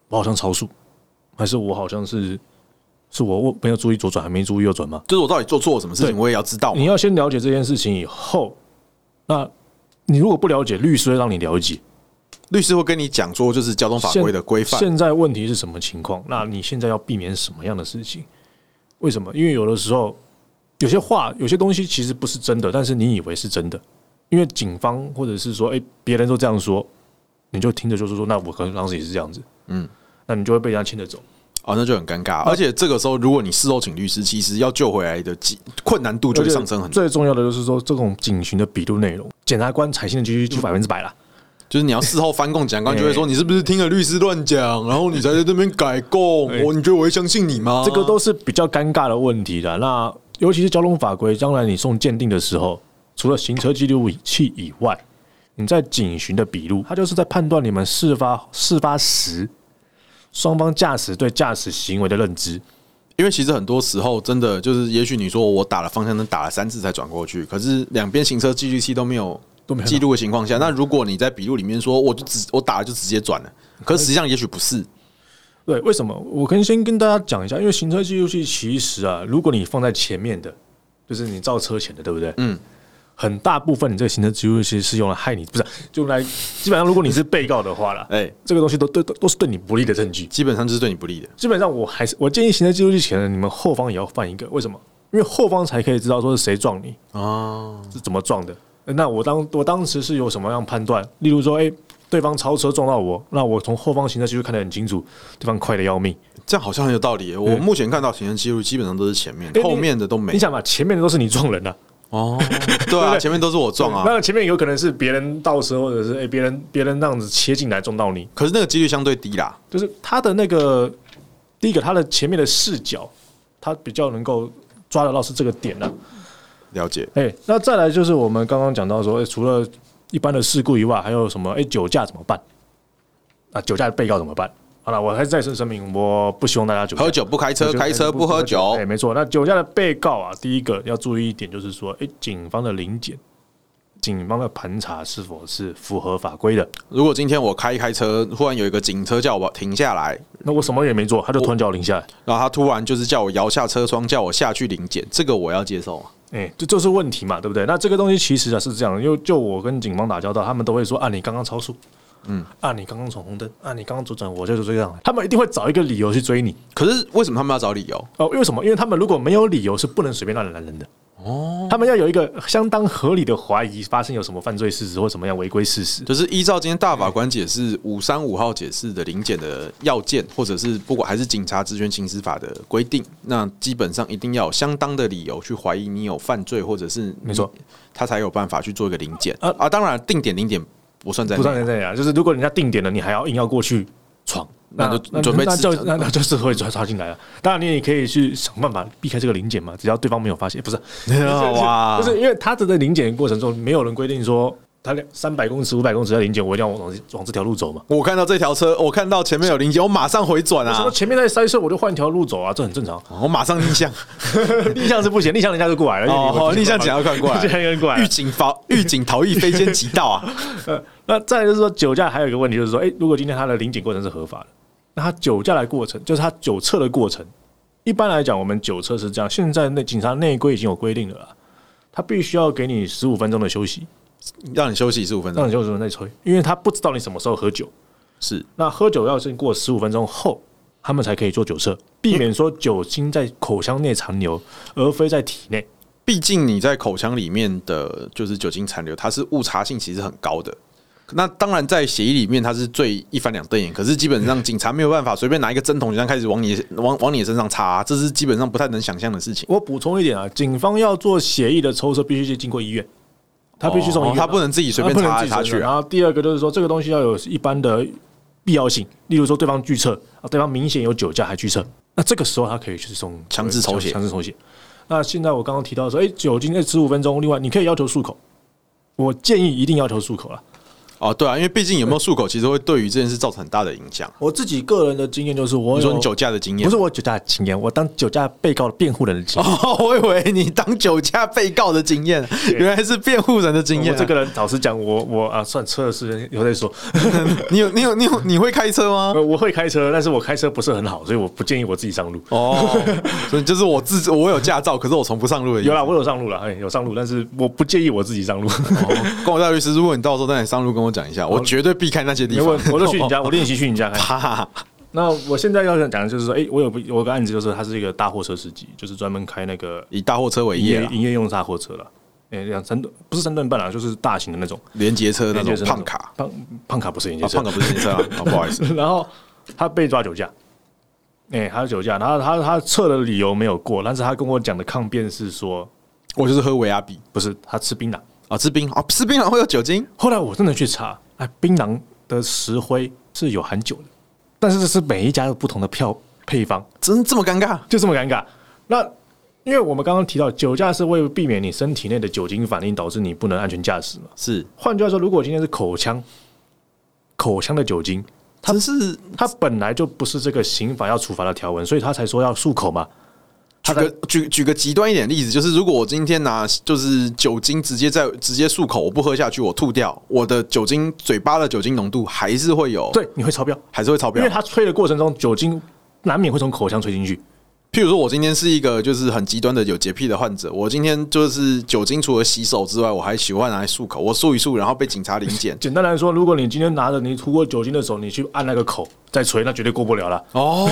[SPEAKER 1] 我好像超速，还是我好像是是我我没有注意左转，还没注意右转吗？
[SPEAKER 2] 就是我到底做错了什么事情，
[SPEAKER 1] 对
[SPEAKER 2] 我也要知道嘛
[SPEAKER 1] 你。要先了解这件事情以后，那你如果不了解，律师会让你了解
[SPEAKER 2] 律师会跟你讲说，就是交通法规的规范。
[SPEAKER 1] 现在问题是什么情况？那你现在要避免什么样的事情？为什么？因为有的时候有些话、有些东西其实不是真的，但是你以为是真的，因为警方或者是说，哎、别人都这样说，你就听着就是说，那我可能当时也是这样子，
[SPEAKER 2] 嗯，
[SPEAKER 1] 那你就会被人家牵着走。
[SPEAKER 2] 哦，那就很尴尬。而且这个时候，如果你事后请律师，其实要救回来的几困难度就会上升很多。
[SPEAKER 1] 最重要的就是说，这种警询的笔录内容，检察官采信的几率
[SPEAKER 2] 嗯
[SPEAKER 1] 就百分之百啦。
[SPEAKER 2] 就是你要事后翻供，检察官就
[SPEAKER 1] 哎
[SPEAKER 2] 会说你是不是听了律师乱讲，然后你才在这边改供？我你觉得我会相信你吗？
[SPEAKER 1] 哎这个都是比较尴尬的问题
[SPEAKER 2] 嗯
[SPEAKER 1] 的。那尤其是交通法规，当然你送鉴定的时候，除了行车记录器以外，你在警询的笔录，它就是在判断你们事发事发时双方驾驶对驾驶行为的认知。
[SPEAKER 2] 因为其实很多时候真的就是，也许你说我打了方向灯打了三次才转过去，可是两边行车记录器都没有
[SPEAKER 1] 都没有
[SPEAKER 2] 记录的情况下，那如果你在笔录里面说我就直我打了就直接转了，
[SPEAKER 1] 哎
[SPEAKER 2] 可是实际上也许不是，
[SPEAKER 1] 对，为什么？我跟先跟大家讲一下，因为行车记录器其实啊，如果你放在前面的，就是你照车前的，对不对？
[SPEAKER 2] 嗯。
[SPEAKER 1] 很大部分你这个行车记录器是用来害你，不是就来基本上如果你是被告的话啦，
[SPEAKER 2] 哎，
[SPEAKER 1] 这个东西都对都都是对你不利的证据。
[SPEAKER 2] 基本上就是对你不利的。
[SPEAKER 1] 基本上我还是我建议行车记录器前，你们后方也要放一个，为什么？因为后方才可以知道说是谁撞你，
[SPEAKER 2] 哦，
[SPEAKER 1] 是怎么撞的。那我当我当时是有什么样判断？例如说，哎、对方超车撞到我，那我从后方行车记录看得很清楚，对方快的要命。
[SPEAKER 2] 这样好像很有道理耶。我目前看到行车记录基本上都是前面
[SPEAKER 1] 哎，
[SPEAKER 2] 后面的都没
[SPEAKER 1] 你。想嘛，前面的都是你撞人啊，
[SPEAKER 2] 哦，对啊，前面都是我撞啊，
[SPEAKER 1] 那前面有可能是别人倒车，或者是哎别、人别人那样子切进来撞到你，
[SPEAKER 2] 可是那个几率相对低啦。
[SPEAKER 1] 就是他的那个第一个，他的前面的视角，他比较能够抓得到是这个点啊。
[SPEAKER 2] 了解，
[SPEAKER 1] 哎、那再来就是我们刚刚讲到说、哎，除了一般的事故以外，还有什么？哎、酒驾怎么办？啊，酒驾的被告怎么办？好了，我还是再次声明，我不希望大家酒驾
[SPEAKER 2] 喝酒不开车，开车不喝
[SPEAKER 1] 哎、
[SPEAKER 2] 酒。
[SPEAKER 1] 没错。那酒驾的被告啊，第一个要注意一点就是说，哎、警方的临检，警方的盘查是否是符合法规的？
[SPEAKER 2] 如果今天我开一开车，忽然有一个警车叫我停下来，
[SPEAKER 1] 那我什么也没做，他就突然叫我停下来，
[SPEAKER 2] 然后他突然就是叫我摇下车窗，叫我下去领检，这个我要接受吗？
[SPEAKER 1] 哎、这就是问题嘛，对不对？那这个东西其实啊是这样的，因为就我跟警方打交道，他们都会说啊，你刚刚超速，嗯，啊，你刚刚闯红灯，啊，你刚刚左转，我就是这样，他们一定会找一个理由去追你
[SPEAKER 2] 可是为什么他们要找理由？
[SPEAKER 1] 哦。为什么？因为他们如果没有理由，是不能随便乱拦人的。哦，他们要有一个相当合理的怀疑，发生有什么犯罪事实或什么样违规事实。
[SPEAKER 2] 就是依照今天大法官解释五三五号解释的临检的要件，或者是不管还是警察职权行使法的规定，那基本上一定要有相当的理由去怀疑你有犯罪，或者是
[SPEAKER 1] 没错，
[SPEAKER 2] 他才有办法去做一个临检
[SPEAKER 1] 啊
[SPEAKER 2] 啊。当然，定点临检不算在
[SPEAKER 1] 不
[SPEAKER 2] 内
[SPEAKER 1] 算在内啊， 就是如果人家定点了，你还要硬要过去闯，
[SPEAKER 2] 那就准备
[SPEAKER 1] 那
[SPEAKER 2] 自
[SPEAKER 1] 就
[SPEAKER 2] 责
[SPEAKER 1] 那那就是会抓抓进来了。当然，你也可以去想办法避开这个临检嘛，只要对方没有发现，不是
[SPEAKER 2] 哇，
[SPEAKER 1] 就是因为他在临检过程中，没有人规定说他两三百公尺、五百公尺要临检，我一定要往往这条路走嘛。
[SPEAKER 2] 我看到这条车，我看到前面有零件，我马上回转
[SPEAKER 1] 什么
[SPEAKER 2] 啊，
[SPEAKER 1] 前面在塞车，我就换一条路走啊，这很正 常。
[SPEAKER 2] 我马上逆向，
[SPEAKER 1] 逆向是不行，逆向人家就过来了。因为你
[SPEAKER 2] 哦，好逆向讲要看过 来，
[SPEAKER 1] 逆向人家过来
[SPEAKER 2] 预
[SPEAKER 1] 了。
[SPEAKER 2] 警逃预警逃逸非奸即盗 啊，
[SPEAKER 1] 呃那再来就是说，酒驾还有一个问题就是说，哎，如果今天他的临检过程是合法的，那他酒驾的过程就是他酒测的过程。一般来讲，我们酒测是这样，现在那警察内规已经有规定了啦，他必须要给你十五分钟的休息，
[SPEAKER 2] 让你休息十五分
[SPEAKER 1] 让
[SPEAKER 2] 钟
[SPEAKER 1] 你休息再吹，因为他不知道你什么时候喝酒。
[SPEAKER 2] 是。
[SPEAKER 1] 那喝酒要是过十五分钟后，他们才可以做酒测，避免说酒精在口腔内残留，而非在体内。
[SPEAKER 2] 毕竟你在口腔里面的就是酒精残留，它是误差性其实很高的。那当然，在协议里面它是最一翻两瞪眼，可是基本上警察没有办法随便拿一个针筒就这样开始往你往往你身上插、啊这是基本上不太能想象的事情。
[SPEAKER 1] 我补充一点啊，警方要做血液的抽测，必须经过医院，他必须从医
[SPEAKER 2] 哦
[SPEAKER 1] 院拿、
[SPEAKER 2] 他不能自己随便
[SPEAKER 1] 他不能
[SPEAKER 2] 插
[SPEAKER 1] 自己
[SPEAKER 2] 来插去
[SPEAKER 1] 然
[SPEAKER 2] 啊。
[SPEAKER 1] 后第二个就是说，这个东西要有一般的必要性，例如说对方拒测啊，对方明显有酒驾还拒测，那这个时候他可以去送
[SPEAKER 2] 强制抽血
[SPEAKER 1] 强制抽血。那现在我刚刚提到说，哎、酒精在十五分钟，另外你可以要求漱口，我建议一定要求漱口了。
[SPEAKER 2] 哦，对啊，因为毕竟有没有漱口，其实会对于这件事造成很大的影响。
[SPEAKER 1] 我自己个人的经验就是我有，
[SPEAKER 2] 你说你酒驾的经验
[SPEAKER 1] 哦不是，我酒驾的经验，我当酒驾被告的辩护人的经验。
[SPEAKER 2] 哦，我以为你当酒驾被告的经验，原来是辩护人的经验
[SPEAKER 1] 哦我
[SPEAKER 2] 啊。
[SPEAKER 1] 这个人老实讲，我我啊，算车的事情以后再说。
[SPEAKER 2] 你有你有你有你会开车吗？
[SPEAKER 1] 呃我会开车，但是我开车不是很好，所以我不建议我自己上路。
[SPEAKER 2] 哦， 所以就是我自我有驾照，可是我从不上路的意思。
[SPEAKER 1] 有啦，我有上路了，哎、有上路，但是我不建议我自己上路。
[SPEAKER 2] 哦跟我大律师，如果你到时候在你上路跟我讲一下，我绝对避开那些 地
[SPEAKER 1] 因为
[SPEAKER 2] 方。
[SPEAKER 1] 我我就去你
[SPEAKER 2] 哦
[SPEAKER 1] 家，我练习去你家开。 哎
[SPEAKER 2] 哈，
[SPEAKER 1] 那我现在要讲的就是说，哎、我有我有个案子，就是他是一个大货车司机，就是专门开那个
[SPEAKER 2] 以大货车啊为
[SPEAKER 1] 营
[SPEAKER 2] 业
[SPEAKER 1] 业
[SPEAKER 2] 啦，
[SPEAKER 1] 营业用大货车了。哎、两三吨不是三吨半啦，就是大型的那种，
[SPEAKER 2] 连接车那
[SPEAKER 1] 连接车
[SPEAKER 2] 种
[SPEAKER 1] 那种
[SPEAKER 2] 胖卡，
[SPEAKER 1] 胖胖卡不是营
[SPEAKER 2] 啊
[SPEAKER 1] 业车
[SPEAKER 2] 胖，卡不是连接 车啊，哦不好意思，
[SPEAKER 1] 然后他被抓酒驾，哎、他酒驾，然后他他测的理由没有过，但是他跟我讲的抗辩是说，
[SPEAKER 2] 我就是喝维阿比
[SPEAKER 1] 不是他吃槟榔。
[SPEAKER 2] 啊，吃槟榔啊，吃槟榔会有酒精
[SPEAKER 1] 后来我真的去查，哎，槟榔的石灰是有含酒的，但是这是每一家有不同的票配方，
[SPEAKER 2] 真这么尴尬？
[SPEAKER 1] 就这么尴尬。那因为我们刚刚提到，酒驾是为了避免你身体内的酒精反应导致你不能安全驾驶嘛。
[SPEAKER 2] 是，
[SPEAKER 1] 换句话说，如果今天是口腔，口腔的酒精，
[SPEAKER 2] 真是
[SPEAKER 1] 它本来就不是这个刑法要处罚的条文，所以他才说要漱口嘛。
[SPEAKER 2] 举个举举个极端一点的例子，就是如果我今天拿就是酒精直接在直接漱口，我不喝下去，我吐掉，我的酒精嘴巴的酒精浓度还是会有，，
[SPEAKER 1] 对，你会超标，
[SPEAKER 2] 还是会超标
[SPEAKER 1] 因为。它吹的过程中，酒精难免会从口腔吹进去。。
[SPEAKER 2] 譬如说，我今天是一个就是很极端的有洁癖的患者，我今天就是酒精除了洗手之外，我还喜欢拿来漱口，我漱一漱，然后被警察临检
[SPEAKER 1] 简单来说，如果你今天拿着你涂过酒精的手，你去按那个口再吹，那绝对过不了了。
[SPEAKER 2] 哦，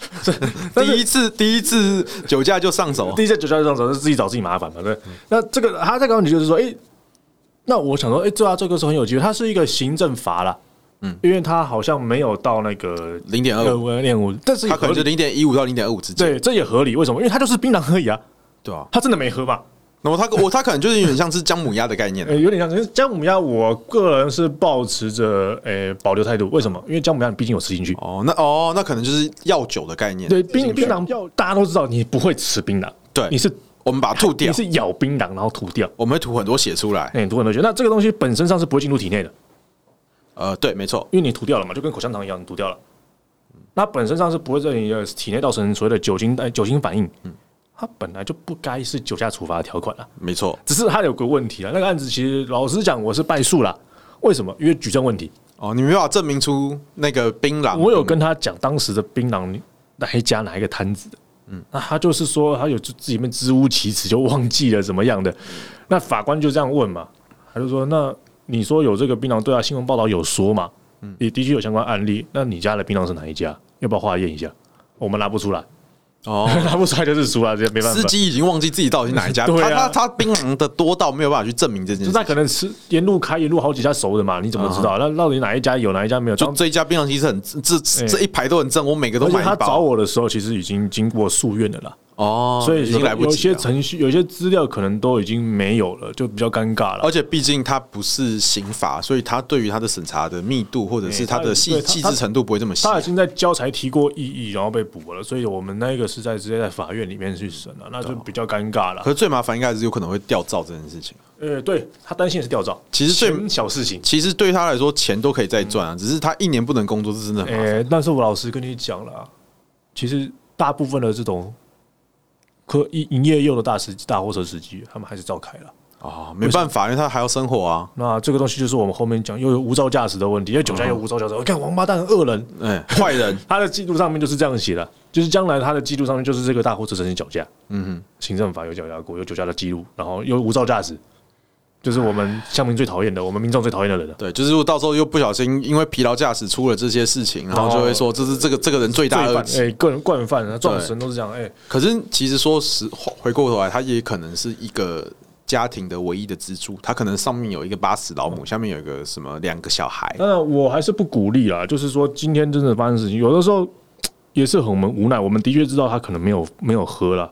[SPEAKER 2] 第一次第一次酒驾就上手，
[SPEAKER 1] 第一次酒驾上手是自己找自己麻烦嘛，对。
[SPEAKER 2] 嗯
[SPEAKER 1] 那这个他这个问题就是说，哎、那我想说，哎、对啊，这个是很有机会，它是一个行政罚啦，嗯，因为它好像没有到那个
[SPEAKER 2] 零点二五，
[SPEAKER 1] 五练五，但是也
[SPEAKER 2] 哦他
[SPEAKER 1] 合
[SPEAKER 2] 可能就
[SPEAKER 1] 理，
[SPEAKER 2] 零点一五到零点二五之间，
[SPEAKER 1] 对，这也合理。为什么？因为他就是槟榔而已啊，
[SPEAKER 2] 对啊。
[SPEAKER 1] 他真的没喝嘛。
[SPEAKER 2] 那么他我他可能就是有点像是姜母鸭的概念
[SPEAKER 1] 呃、，有点像，可是姜母鸭，我个人是保持着呃保留态度。为什么？因为姜母鸭你毕竟有吃进去，
[SPEAKER 2] 哦，那哦，那可能就是药酒的概念。
[SPEAKER 1] 对槟槟榔要大家都知道，你不会吃槟榔，
[SPEAKER 2] 对
[SPEAKER 1] 你是
[SPEAKER 2] 我们把它吐
[SPEAKER 1] 你
[SPEAKER 2] 掉，
[SPEAKER 1] 是咬槟榔然后吐掉，
[SPEAKER 2] 我们会吐很多血出来。
[SPEAKER 1] 哎、很多人都觉得那这个东西本身上是不会进入体内的，
[SPEAKER 2] 呃，对，没错，
[SPEAKER 1] 因为你吐掉了嘛，就跟口香糖一样，你吐掉了，那本身上是不会在你的体内造成所谓的酒精呃酒精反应，它本来就不该是酒驾处罚的条款啊，
[SPEAKER 2] 没错。
[SPEAKER 1] 只是它有个问题啊，那个案子其实老实讲我是败诉啦。为什么？因为举证问题，
[SPEAKER 2] 哦，你没办法证明出那个槟榔。
[SPEAKER 1] 我有跟他讲当时的槟榔哪一家哪一个摊子的，嗯，那他就是说他有自己面支吾其词，就忘记了怎么样的。那法官就这样问嘛，他就说：“那你说有这个槟榔对啊？新闻报道有说嘛，嗯，也的确有相关案例。那你家的槟榔是哪一家？要不要化验一下？我们拿不出来，
[SPEAKER 2] 哦，
[SPEAKER 1] 拿不出来就是输了，这没办法
[SPEAKER 2] 司。机已经忘记自己到底是哪一 家，
[SPEAKER 1] 对
[SPEAKER 2] 他他
[SPEAKER 1] 啊
[SPEAKER 2] 他槟榔的多到没有办法去证明这件
[SPEAKER 1] 就
[SPEAKER 2] 事
[SPEAKER 1] 他。可能吃沿路开沿路好几家熟的嘛，你怎么知道？那到底哪一家有哪一家没有？
[SPEAKER 2] 啊就这一家槟榔其实很这这
[SPEAKER 1] 哎
[SPEAKER 2] 这一排都很正，我每个都
[SPEAKER 1] 而且
[SPEAKER 2] 买
[SPEAKER 1] 他
[SPEAKER 2] 一
[SPEAKER 1] 找
[SPEAKER 2] 包。
[SPEAKER 1] 我的时候，其实已经经过诉愿的啦。
[SPEAKER 2] 哦，
[SPEAKER 1] 所以
[SPEAKER 2] 已经来不
[SPEAKER 1] 有
[SPEAKER 2] 及
[SPEAKER 1] 些
[SPEAKER 2] 了。
[SPEAKER 1] 程序、有些资料可能都已经没有了，就比较尴尬了
[SPEAKER 2] 而。且毕竟它不是刑法，所以它对于它的审查的密度或者是
[SPEAKER 1] 对
[SPEAKER 2] 它
[SPEAKER 1] 哎它
[SPEAKER 2] 的细
[SPEAKER 1] 对它
[SPEAKER 2] 细致程度不会这么细啊。
[SPEAKER 1] 他已经在交才提过异议，然后被捕了，所以我们那个是在直接在法院里面去审了，那就比较尴尬了
[SPEAKER 2] 可。是最麻烦应该是有可能会吊照这件事情。
[SPEAKER 1] 呃，对他担心的是吊照，
[SPEAKER 2] 其实最
[SPEAKER 1] 钱小事情。
[SPEAKER 2] 其实对他来说，钱都可以再赚
[SPEAKER 1] 嗯
[SPEAKER 2] 啊，只是他一年不能工作，这真的很麻烦。
[SPEAKER 1] 呃，但是我老实跟你讲了，其实大部分的这种可营营业用的大司大货车司机，他们还是照开了。
[SPEAKER 2] 哦，没办法，因为他还要生活啊。
[SPEAKER 1] 那这个东西就是我们后面讲又有无照驾驶的问题，因为酒驾又无照驾
[SPEAKER 2] 嗯
[SPEAKER 1] 驶，我看王八蛋恶人，
[SPEAKER 2] 哎，坏 人
[SPEAKER 1] 他的记录上面就是这样写的，就是将来他的记录上面就是这个大货车曾经酒驾，嗯哼，行政法有酒驾过，有酒驾的记录，然后又无照驾驶，就是我们乡民最讨厌的，我们民众最讨厌的人了。啊
[SPEAKER 2] 对，就是如果到时候又不小心因为疲劳驾驶出了这些事情，然后就会说这是这个这个人最
[SPEAKER 1] 哦
[SPEAKER 2] 大
[SPEAKER 1] 罪
[SPEAKER 2] 恶
[SPEAKER 1] 犯
[SPEAKER 2] 极。
[SPEAKER 1] 哎，个人惯犯啊，撞神都是这样哎、
[SPEAKER 2] 可是其实说实话，回过头来，他也可能是一个家庭的唯一的支柱。他可能上面有一个八十老
[SPEAKER 1] 嗯
[SPEAKER 2] 母，下面有一个什么两个小孩。
[SPEAKER 1] 当然，我还是不鼓励啦。就是说，今天真的发生事情，有的时候也是很我们无奈。我们的确知道他可能没有没有喝了，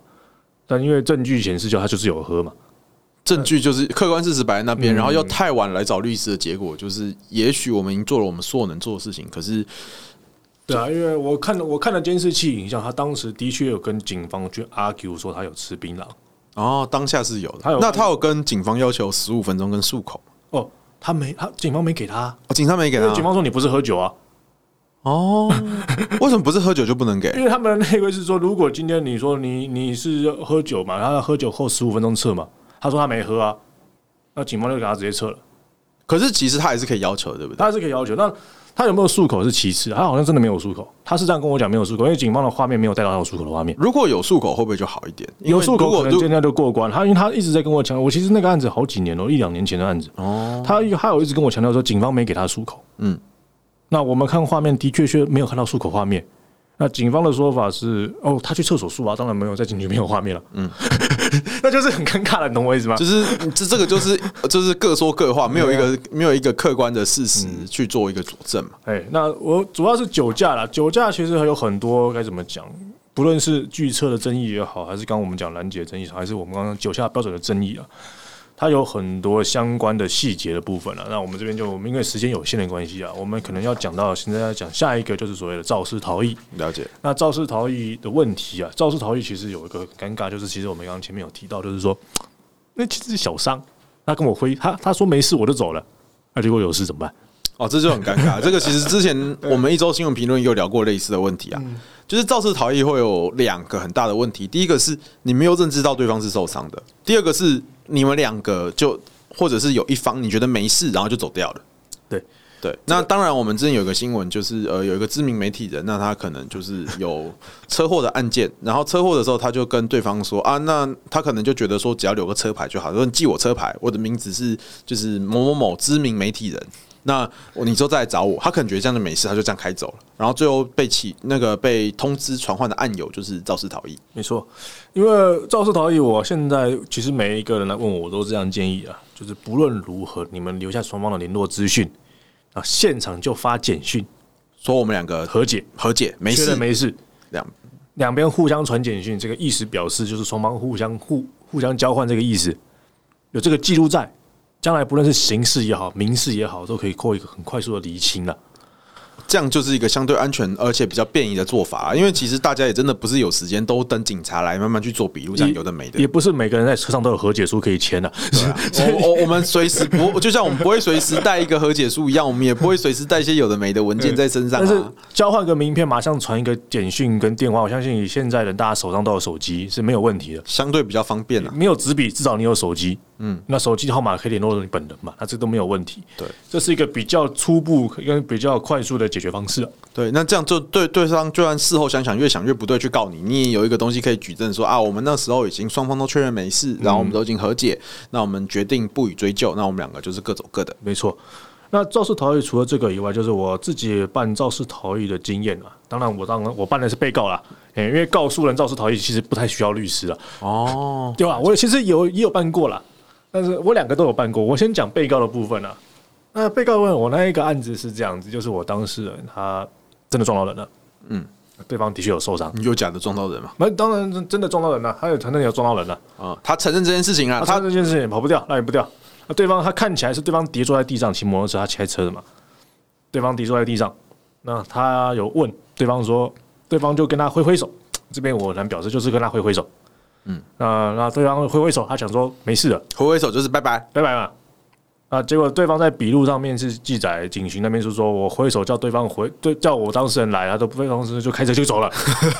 [SPEAKER 1] 但因为证据显示，就他就是有喝嘛。
[SPEAKER 2] 证据就是客观事实摆在那
[SPEAKER 1] 嗯
[SPEAKER 2] 边，然后要太晚来找律师的结果就是，也许我们已经做了我们所有能做的事情，可是
[SPEAKER 1] 对啊，因为我看了我看了监视器影像，他当时的确有跟警方去 argue 说他有吃槟榔。
[SPEAKER 2] 哦，当下是有
[SPEAKER 1] 他
[SPEAKER 2] 的
[SPEAKER 1] 有。
[SPEAKER 2] 那他有跟警方要求十五分钟跟漱口，
[SPEAKER 1] 哦，他没他警方没给他，
[SPEAKER 2] 哦，警察没给
[SPEAKER 1] 因为警
[SPEAKER 2] 他。
[SPEAKER 1] 方说你不是喝酒啊，
[SPEAKER 2] 哦，为什么不是喝酒就不能给？
[SPEAKER 1] 因为他们的那个是说，如果今天你说你你是喝酒嘛，他喝酒后十五分钟撤嘛，他说他没喝啊，那警方就给他直接撤了。
[SPEAKER 2] 可是其实他还是可以要求的，对不对？
[SPEAKER 1] 他是可以要求。那他有没有漱口是其次，他好像真的没有漱口，他是这样跟我讲没有漱口，因为警方的画面没有带到他有漱口的画面。
[SPEAKER 2] 如果有漱口，会不会就好一点？因
[SPEAKER 1] 有
[SPEAKER 2] 为
[SPEAKER 1] 漱
[SPEAKER 2] 如
[SPEAKER 1] 口
[SPEAKER 2] 果
[SPEAKER 1] 可能现在就过关，他因为他一直在跟我强，我其实那个案子好几年了，一两年前的案子，
[SPEAKER 2] 哦，
[SPEAKER 1] 他他有一直跟我强调说警方没给他漱口，
[SPEAKER 2] 嗯，
[SPEAKER 1] 那我们看画面的确确没有看到漱口画面。那警方的说法是，哦，他去厕所漱啊，当然没有，在警局没有画面了，嗯， 那就是很尴尬了，你懂我意思吗？
[SPEAKER 2] 就是这这个就是 就是各说各话，没有一个没有一个客观的事实
[SPEAKER 1] 嗯
[SPEAKER 2] 去做一个佐证嘛。
[SPEAKER 1] 哎，那我主要是酒驾啦，酒驾其实还有很多该怎么讲，不论是拒测的争议也好，还是刚刚我们讲拦截的争议，还是我们刚刚酒驾标准的争议啊，它有很多相关的细节的部分啊。那我们这边就我们因为时间有限的关系啊，我们可能要讲到现在要讲下一个就是所谓的肇事逃逸。
[SPEAKER 2] 了解，
[SPEAKER 1] 那肇事逃逸的问题啊，肇事逃逸其实有一个很尴尬，就是其实我们刚刚前面有提到，就是说那其实是小伤，他跟我挥他他说没事我就走了，那结果有事怎么办？
[SPEAKER 2] 哦，这就很尴尬。这个其实之前我们一周新闻评论也有聊过类似的问题啊，就是肇事逃逸会有两个很大的问题。第一个是你没有认知到对方是受伤的，第二个是你们两个就或者是有一方你觉得没事，然后就走掉了。
[SPEAKER 1] 对，
[SPEAKER 2] 对，那当然，我们之前有个新闻，就是呃，有一个知名媒体人，那他可能就是有车祸的案件，然后车祸的时候，他就跟对方说啊，那他可能就觉得说，只要留个车牌就好，说你记我车牌，我的名字是就是某某某知名媒体人，那我你就再来找我，他可能觉得这样就没事，他就这样开走了，然后最后被起那个被通知传唤的案由就是肇事逃逸，
[SPEAKER 1] 没错，因为肇事逃逸，我现在其实每一个人来问我，我都这样建议啊，就是不论如何，你们留下双方的联络资讯啊，现场就发简讯
[SPEAKER 2] 说我们两个和
[SPEAKER 1] 和解，
[SPEAKER 2] 和解没
[SPEAKER 1] 确
[SPEAKER 2] 事
[SPEAKER 1] 认没事，
[SPEAKER 2] 两
[SPEAKER 1] 两边互相传简讯，这个意思表示就是双方互相互互相交换这个意思，有这个记录在，将来不论是刑事也好，民事也好，都可以过一个很快速的厘清啊了、
[SPEAKER 2] 这样就是一个相对安全而且比较便宜的做法啊，因为其实大家也真的不是有时间都等警察来慢慢去做笔录，这样有的没的
[SPEAKER 1] 也。不是每个人在车上都有和解书可以签的、啊
[SPEAKER 2] 我我我们随时不，就像我们不会随时带一个和解书一样，我们也不会随时带一些有的没的文件在身上
[SPEAKER 1] 但是
[SPEAKER 2] 啊。
[SPEAKER 1] 交换个名片，马上传一个简讯跟电话，我相信以现在人大家手上都有手机是没有问题的。
[SPEAKER 2] 相对比较方便啊，
[SPEAKER 1] 没有纸笔，至少你有手机。嗯，那手机号码可以联络你本人嘛？那这都没有问题。
[SPEAKER 2] 对，
[SPEAKER 1] 这是一个比较初步跟比较快速的解决方式啊了。
[SPEAKER 2] 对，那这样就对对方，就算事后想想越想越不对，去告你，你也有一个东西可以举证说啊，我们那时候已经双方都确认没事，
[SPEAKER 1] 嗯
[SPEAKER 2] 然后我们都已经和解，那我们决定不予追究，那我们两个就是各走各的。
[SPEAKER 1] 没错。那肇事逃逸除了这个以外，就是我自己办肇事逃逸的经验啊。当然，我当然我办的是被告啦，诶因为告诉人肇事逃逸其实不太需要律师啊。
[SPEAKER 2] 哦，
[SPEAKER 1] 对吧？我其实有也有办过啦，但是我两个都有办过。我先讲被告的部分啊。那被告问我那一个案子是这样子，就是我当事人他真的撞到人了，嗯，对方的确有受伤。
[SPEAKER 2] 你有假的撞到人嘛？
[SPEAKER 1] 那当然真真的撞到人了，他有承认有撞到人了，
[SPEAKER 2] 啊，他承认这件事情啊，
[SPEAKER 1] 他
[SPEAKER 2] 他
[SPEAKER 1] 这件事情跑不掉，那也不掉。那对方他看起来是对方跌坐在地上骑摩托车，他开车的嘛，对方跌坐在地上，那他有问对方说，对方就跟他挥挥手，这边我能表示就是跟他挥挥手，嗯，那那对方挥挥手，他想说没事的，
[SPEAKER 2] 挥挥手就是拜拜。
[SPEAKER 1] 拜拜嘛。啊，结果对方在笔录上面是记载，警询那边是说我挥手叫对方回，对叫我当事人来，他都不，当事人就开车就 走了，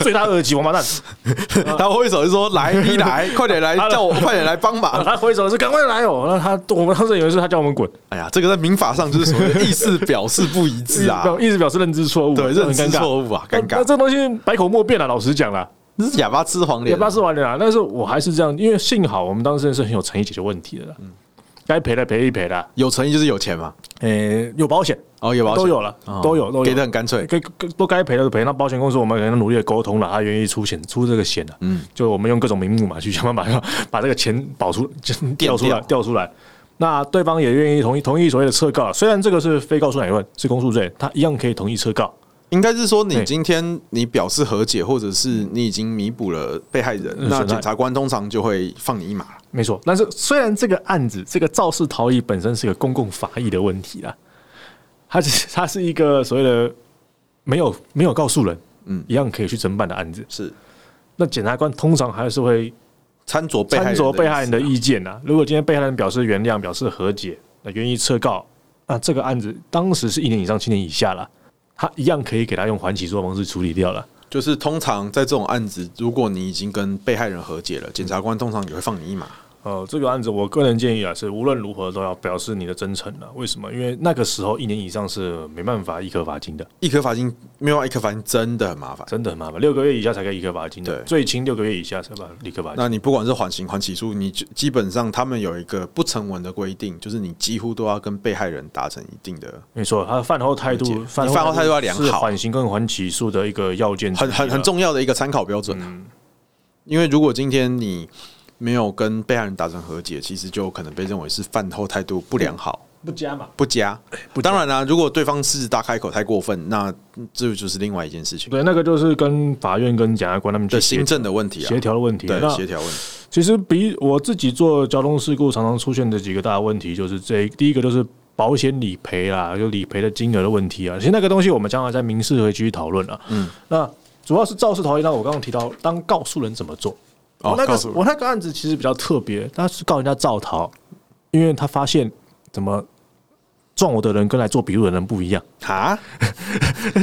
[SPEAKER 1] 罪大恶极，王八蛋！嗯
[SPEAKER 2] 他挥手就说：“来，你来，快点来，叫我快点来帮
[SPEAKER 1] 啊，
[SPEAKER 2] 忙。
[SPEAKER 1] 他挥手是赶快来哦，那他我们当时以为是他叫我们滚，”
[SPEAKER 2] 哎呀，这个在民法上就是所谓的意思表示不一 致啊，
[SPEAKER 1] 表意思表示认知错误，
[SPEAKER 2] 对，
[SPEAKER 1] 这
[SPEAKER 2] 认
[SPEAKER 1] 很
[SPEAKER 2] 知
[SPEAKER 1] 尴尬，
[SPEAKER 2] 错误啊，尴
[SPEAKER 1] 那
[SPEAKER 2] 尬。
[SPEAKER 1] 这东西百口莫辩啊了，老实讲啦，
[SPEAKER 2] 这是哑巴吃黄
[SPEAKER 1] 也
[SPEAKER 2] 连
[SPEAKER 1] 不，是完了啦。但是我还是这样，因为幸好我们当事人是很有诚意解决问题的
[SPEAKER 2] 嗯
[SPEAKER 1] 啦，该赔的赔一赔啦，
[SPEAKER 2] 有诚意就是有钱嘛。
[SPEAKER 1] 诶，有保险
[SPEAKER 2] 哦，有保险
[SPEAKER 1] 都有了
[SPEAKER 2] 哦，
[SPEAKER 1] 都有都有
[SPEAKER 2] 给的很干脆。
[SPEAKER 1] 该该都该赔的都赔。那保险公司我们可能努力的沟通了，他愿意出险出这个险的、嗯，就我们用各种名目嘛，去想办法让 把这个钱保出调出来
[SPEAKER 2] 掉
[SPEAKER 1] 调出来。那对方也愿意同意同意所谓的撤告，啊虽然这个是非告诉乃论，是公诉罪，他一样可以同意撤告。
[SPEAKER 2] 应该是说，你
[SPEAKER 1] 对
[SPEAKER 2] 今天你表示和解，或者是你已经弥补了被害人，
[SPEAKER 1] 嗯
[SPEAKER 2] 那
[SPEAKER 1] 损害
[SPEAKER 2] 检察官通常就会放你一马了。
[SPEAKER 1] 没错，但是虽然这个案子这个肇事逃逸本身是个公共法益的问题啦，它只是它是一个所谓的没有没有告诉人，
[SPEAKER 2] 嗯
[SPEAKER 1] 一样可以去侦办的案子。
[SPEAKER 2] 是
[SPEAKER 1] 那检察官通常还是会
[SPEAKER 2] 参酌被害
[SPEAKER 1] 参
[SPEAKER 2] 人
[SPEAKER 1] 酌被害
[SPEAKER 2] 意
[SPEAKER 1] 人
[SPEAKER 2] 思
[SPEAKER 1] 的意见啊。如果今天被害人表示原谅、表示和解，那愿意撤告，那这个案子当时是一年以上七年以下了，他一样可以给他用缓起诉的方式处理掉了。
[SPEAKER 2] 就是通常在这种案子，如果你已经跟被害人和解了，检察官通常也会放你一马。
[SPEAKER 1] 呃，这个案子我个人建议啊，是无论如何都要表示你的真诚啊了、为什么？因为那个时候一年以上是没办法一颗罚金的，
[SPEAKER 2] 一颗罚金没有一颗罚金真的很麻烦。
[SPEAKER 1] 真的很麻烦，六个月以下才可以一颗罚金的，
[SPEAKER 2] 对
[SPEAKER 1] 最轻六个月以下才把一颗罚金。
[SPEAKER 2] 那你不管是缓刑、缓起诉，你就基本上他们有一个不成文的规定，就是你几乎都要跟被害人达成一定的
[SPEAKER 1] 没错，他的饭后态
[SPEAKER 2] 理
[SPEAKER 1] 度
[SPEAKER 2] 解，你饭后态度要良
[SPEAKER 1] 是
[SPEAKER 2] 好
[SPEAKER 1] 缓刑跟缓起诉的一嗯个要件之一啊
[SPEAKER 2] 很
[SPEAKER 1] 了，
[SPEAKER 2] 很很重要的一个参考标准、啊因为如果今天你没有跟被害人达成和解，其实就有可能被认为是饭后态度不良好、
[SPEAKER 1] 不加嘛？
[SPEAKER 2] 不佳。
[SPEAKER 1] 哎
[SPEAKER 2] 当然啦、如果对方狮子大开口太过分，那这就是另外一件事情
[SPEAKER 1] 对，那个就是跟法院跟检察官他们去
[SPEAKER 2] 的
[SPEAKER 1] 协
[SPEAKER 2] 行政的问题啊
[SPEAKER 1] 协，调的问题。
[SPEAKER 2] 对
[SPEAKER 1] 那
[SPEAKER 2] 协调问题，
[SPEAKER 1] 其实比我自己做交通事故常常出现的几个大问题，就是这第一个就是保险理赔啦，就理赔的金额的问题啊。其实那个东西我们将来在民事会继续讨论啊。嗯，那主要是肇事逃逸。那我刚刚提到，当告诉人怎么做？
[SPEAKER 2] 哦
[SPEAKER 1] 我那
[SPEAKER 2] 告
[SPEAKER 1] 个
[SPEAKER 2] 诉人
[SPEAKER 1] 我那个案子其实比较特别，他是告人家造逃，因为他发现怎么撞我的人跟来做笔录的人不一样，
[SPEAKER 2] 哈，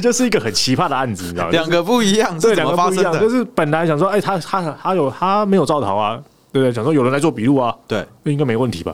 [SPEAKER 1] 就是一个很奇葩的案子，你知道吗？
[SPEAKER 2] 两个不一样
[SPEAKER 1] 对，
[SPEAKER 2] 是怎
[SPEAKER 1] 两
[SPEAKER 2] 么
[SPEAKER 1] 个
[SPEAKER 2] 发
[SPEAKER 1] 不一
[SPEAKER 2] 生
[SPEAKER 1] 样，就
[SPEAKER 2] 的？
[SPEAKER 1] 是本来想说，哎、他他他有他没有造逃啊，对不对？想说有人来做笔录啊，
[SPEAKER 2] 对，
[SPEAKER 1] 那应该没问题吧？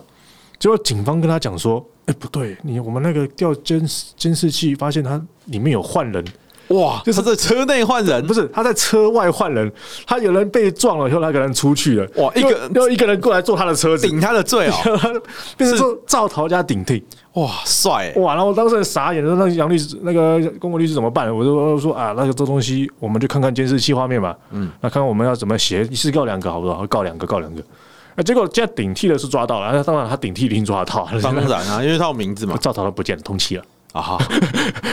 [SPEAKER 1] 结果警方跟他讲说，哎、不对，你我们那个调监视监视器发现他里面有换人，
[SPEAKER 2] 哇，就是在车内换人
[SPEAKER 1] 不，是他在车外换人，他有人被撞了以后，那个人出去了，
[SPEAKER 2] 哇一个
[SPEAKER 1] 又又一个人过来坐他的车子。
[SPEAKER 2] 顶他的罪哦，
[SPEAKER 1] 变成说造逃加顶替，
[SPEAKER 2] 哇，帅欸、
[SPEAKER 1] 哇！然后我当事人傻眼了，那杨律师、那个公国律师怎么办？我就我就说啊，那个这东西我们就看看监视器画面嘛，嗯，那看看我们要怎么写，一次告两个好不好？告两个，告两个。啊，结果现在顶替的是抓到了，那啊当然他顶替一定抓得到，
[SPEAKER 2] 当 然啊，因为他有名字嘛
[SPEAKER 1] 造逃都不见了，通缉了。
[SPEAKER 2] 啊哈，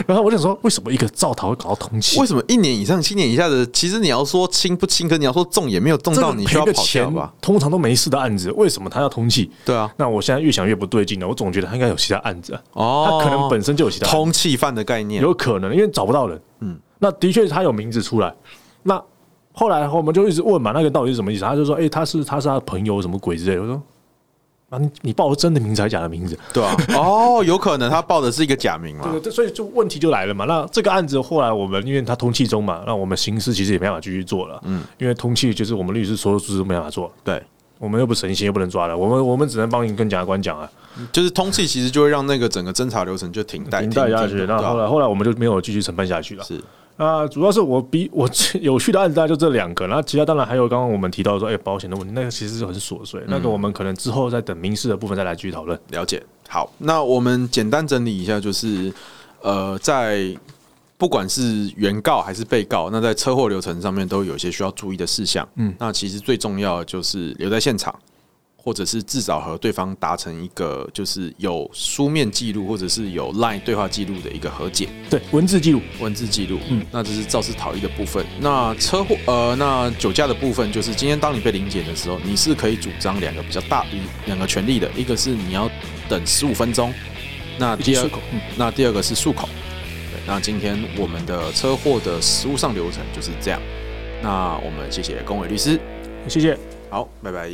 [SPEAKER 1] 然后我就想说，为什么一个造逃会搞到通缉？
[SPEAKER 2] 为什么一年以上、七年以下的，其实你要说轻不轻，可你要说重也没有重
[SPEAKER 1] 这
[SPEAKER 2] 到
[SPEAKER 1] 个
[SPEAKER 2] 你需要
[SPEAKER 1] 赔个
[SPEAKER 2] 跑掉
[SPEAKER 1] 钱
[SPEAKER 2] 吧？
[SPEAKER 1] 通常都没事的案子，为什么他要通缉？
[SPEAKER 2] 对啊，
[SPEAKER 1] 那我现在越想越不对劲了，我总觉得他应该有其他案子啊，
[SPEAKER 2] 哦
[SPEAKER 1] 他可能本身就有其他案子
[SPEAKER 2] 通气犯的概念，
[SPEAKER 1] 啊有可能，因为找不到人。嗯，那的确他有名字出来。那后来我们就一直问嘛，那个到底是什么意思？他就说，哎、他是他是他的朋友什么鬼之类的。我说，啊，你你报的真的名字还是假的名字？
[SPEAKER 2] 对 啊，哦，有可能他报的是一个假名
[SPEAKER 1] 对
[SPEAKER 2] 嘛
[SPEAKER 1] 对，，这所以就问题就来了嘛。那这个案子后来我们因为他通气中嘛，那我们刑事其实也没办法继续做了。嗯，因为通气就是我们律师所有事都没办法做，
[SPEAKER 2] 对，
[SPEAKER 1] 我们又不神仙，又不能抓人，我们我们只能帮你跟检察官讲啊，
[SPEAKER 2] 就是通气，其实就会让那个整个侦查流程就停带
[SPEAKER 1] 停带下去。
[SPEAKER 2] 停
[SPEAKER 1] 那
[SPEAKER 2] 对啊
[SPEAKER 1] 后来后来我们就没有继续承办下去了。
[SPEAKER 2] 是
[SPEAKER 1] 那啊主要是我比 我有趣的案子大概就这两个，那其他当然还有刚刚我们提到说，哎、保险的问题，那个其实是很琐碎，那个我们可能之后再等民事的部分再来继续讨论。
[SPEAKER 2] 了解。好，那我们简单整理一下，就是呃，在不管是原告还是被告，那在车祸流程上面都有一些需要注意的事项。嗯，那其实最重要的就是留在现场，或者是至少和对方达成一个就是有书面记录或者是有 LINE 对话记录的一个和解。
[SPEAKER 1] 对，文字记录，
[SPEAKER 2] 文字记录，嗯
[SPEAKER 1] 嗯，
[SPEAKER 2] 那这是肇事逃逸的部分。那车祸，呃，那酒驾的部分就是今天当你被临检的时候，你是可以主张两个比较大两个权利的，一个是你要等十五分钟，那第二
[SPEAKER 1] 一个是漱口嗯
[SPEAKER 2] 那第二个是漱口。对，那今天我们的车祸的实务上流程就是这样。那我们谢谢龚伟律师，
[SPEAKER 1] 谢谢。
[SPEAKER 2] 好，拜拜。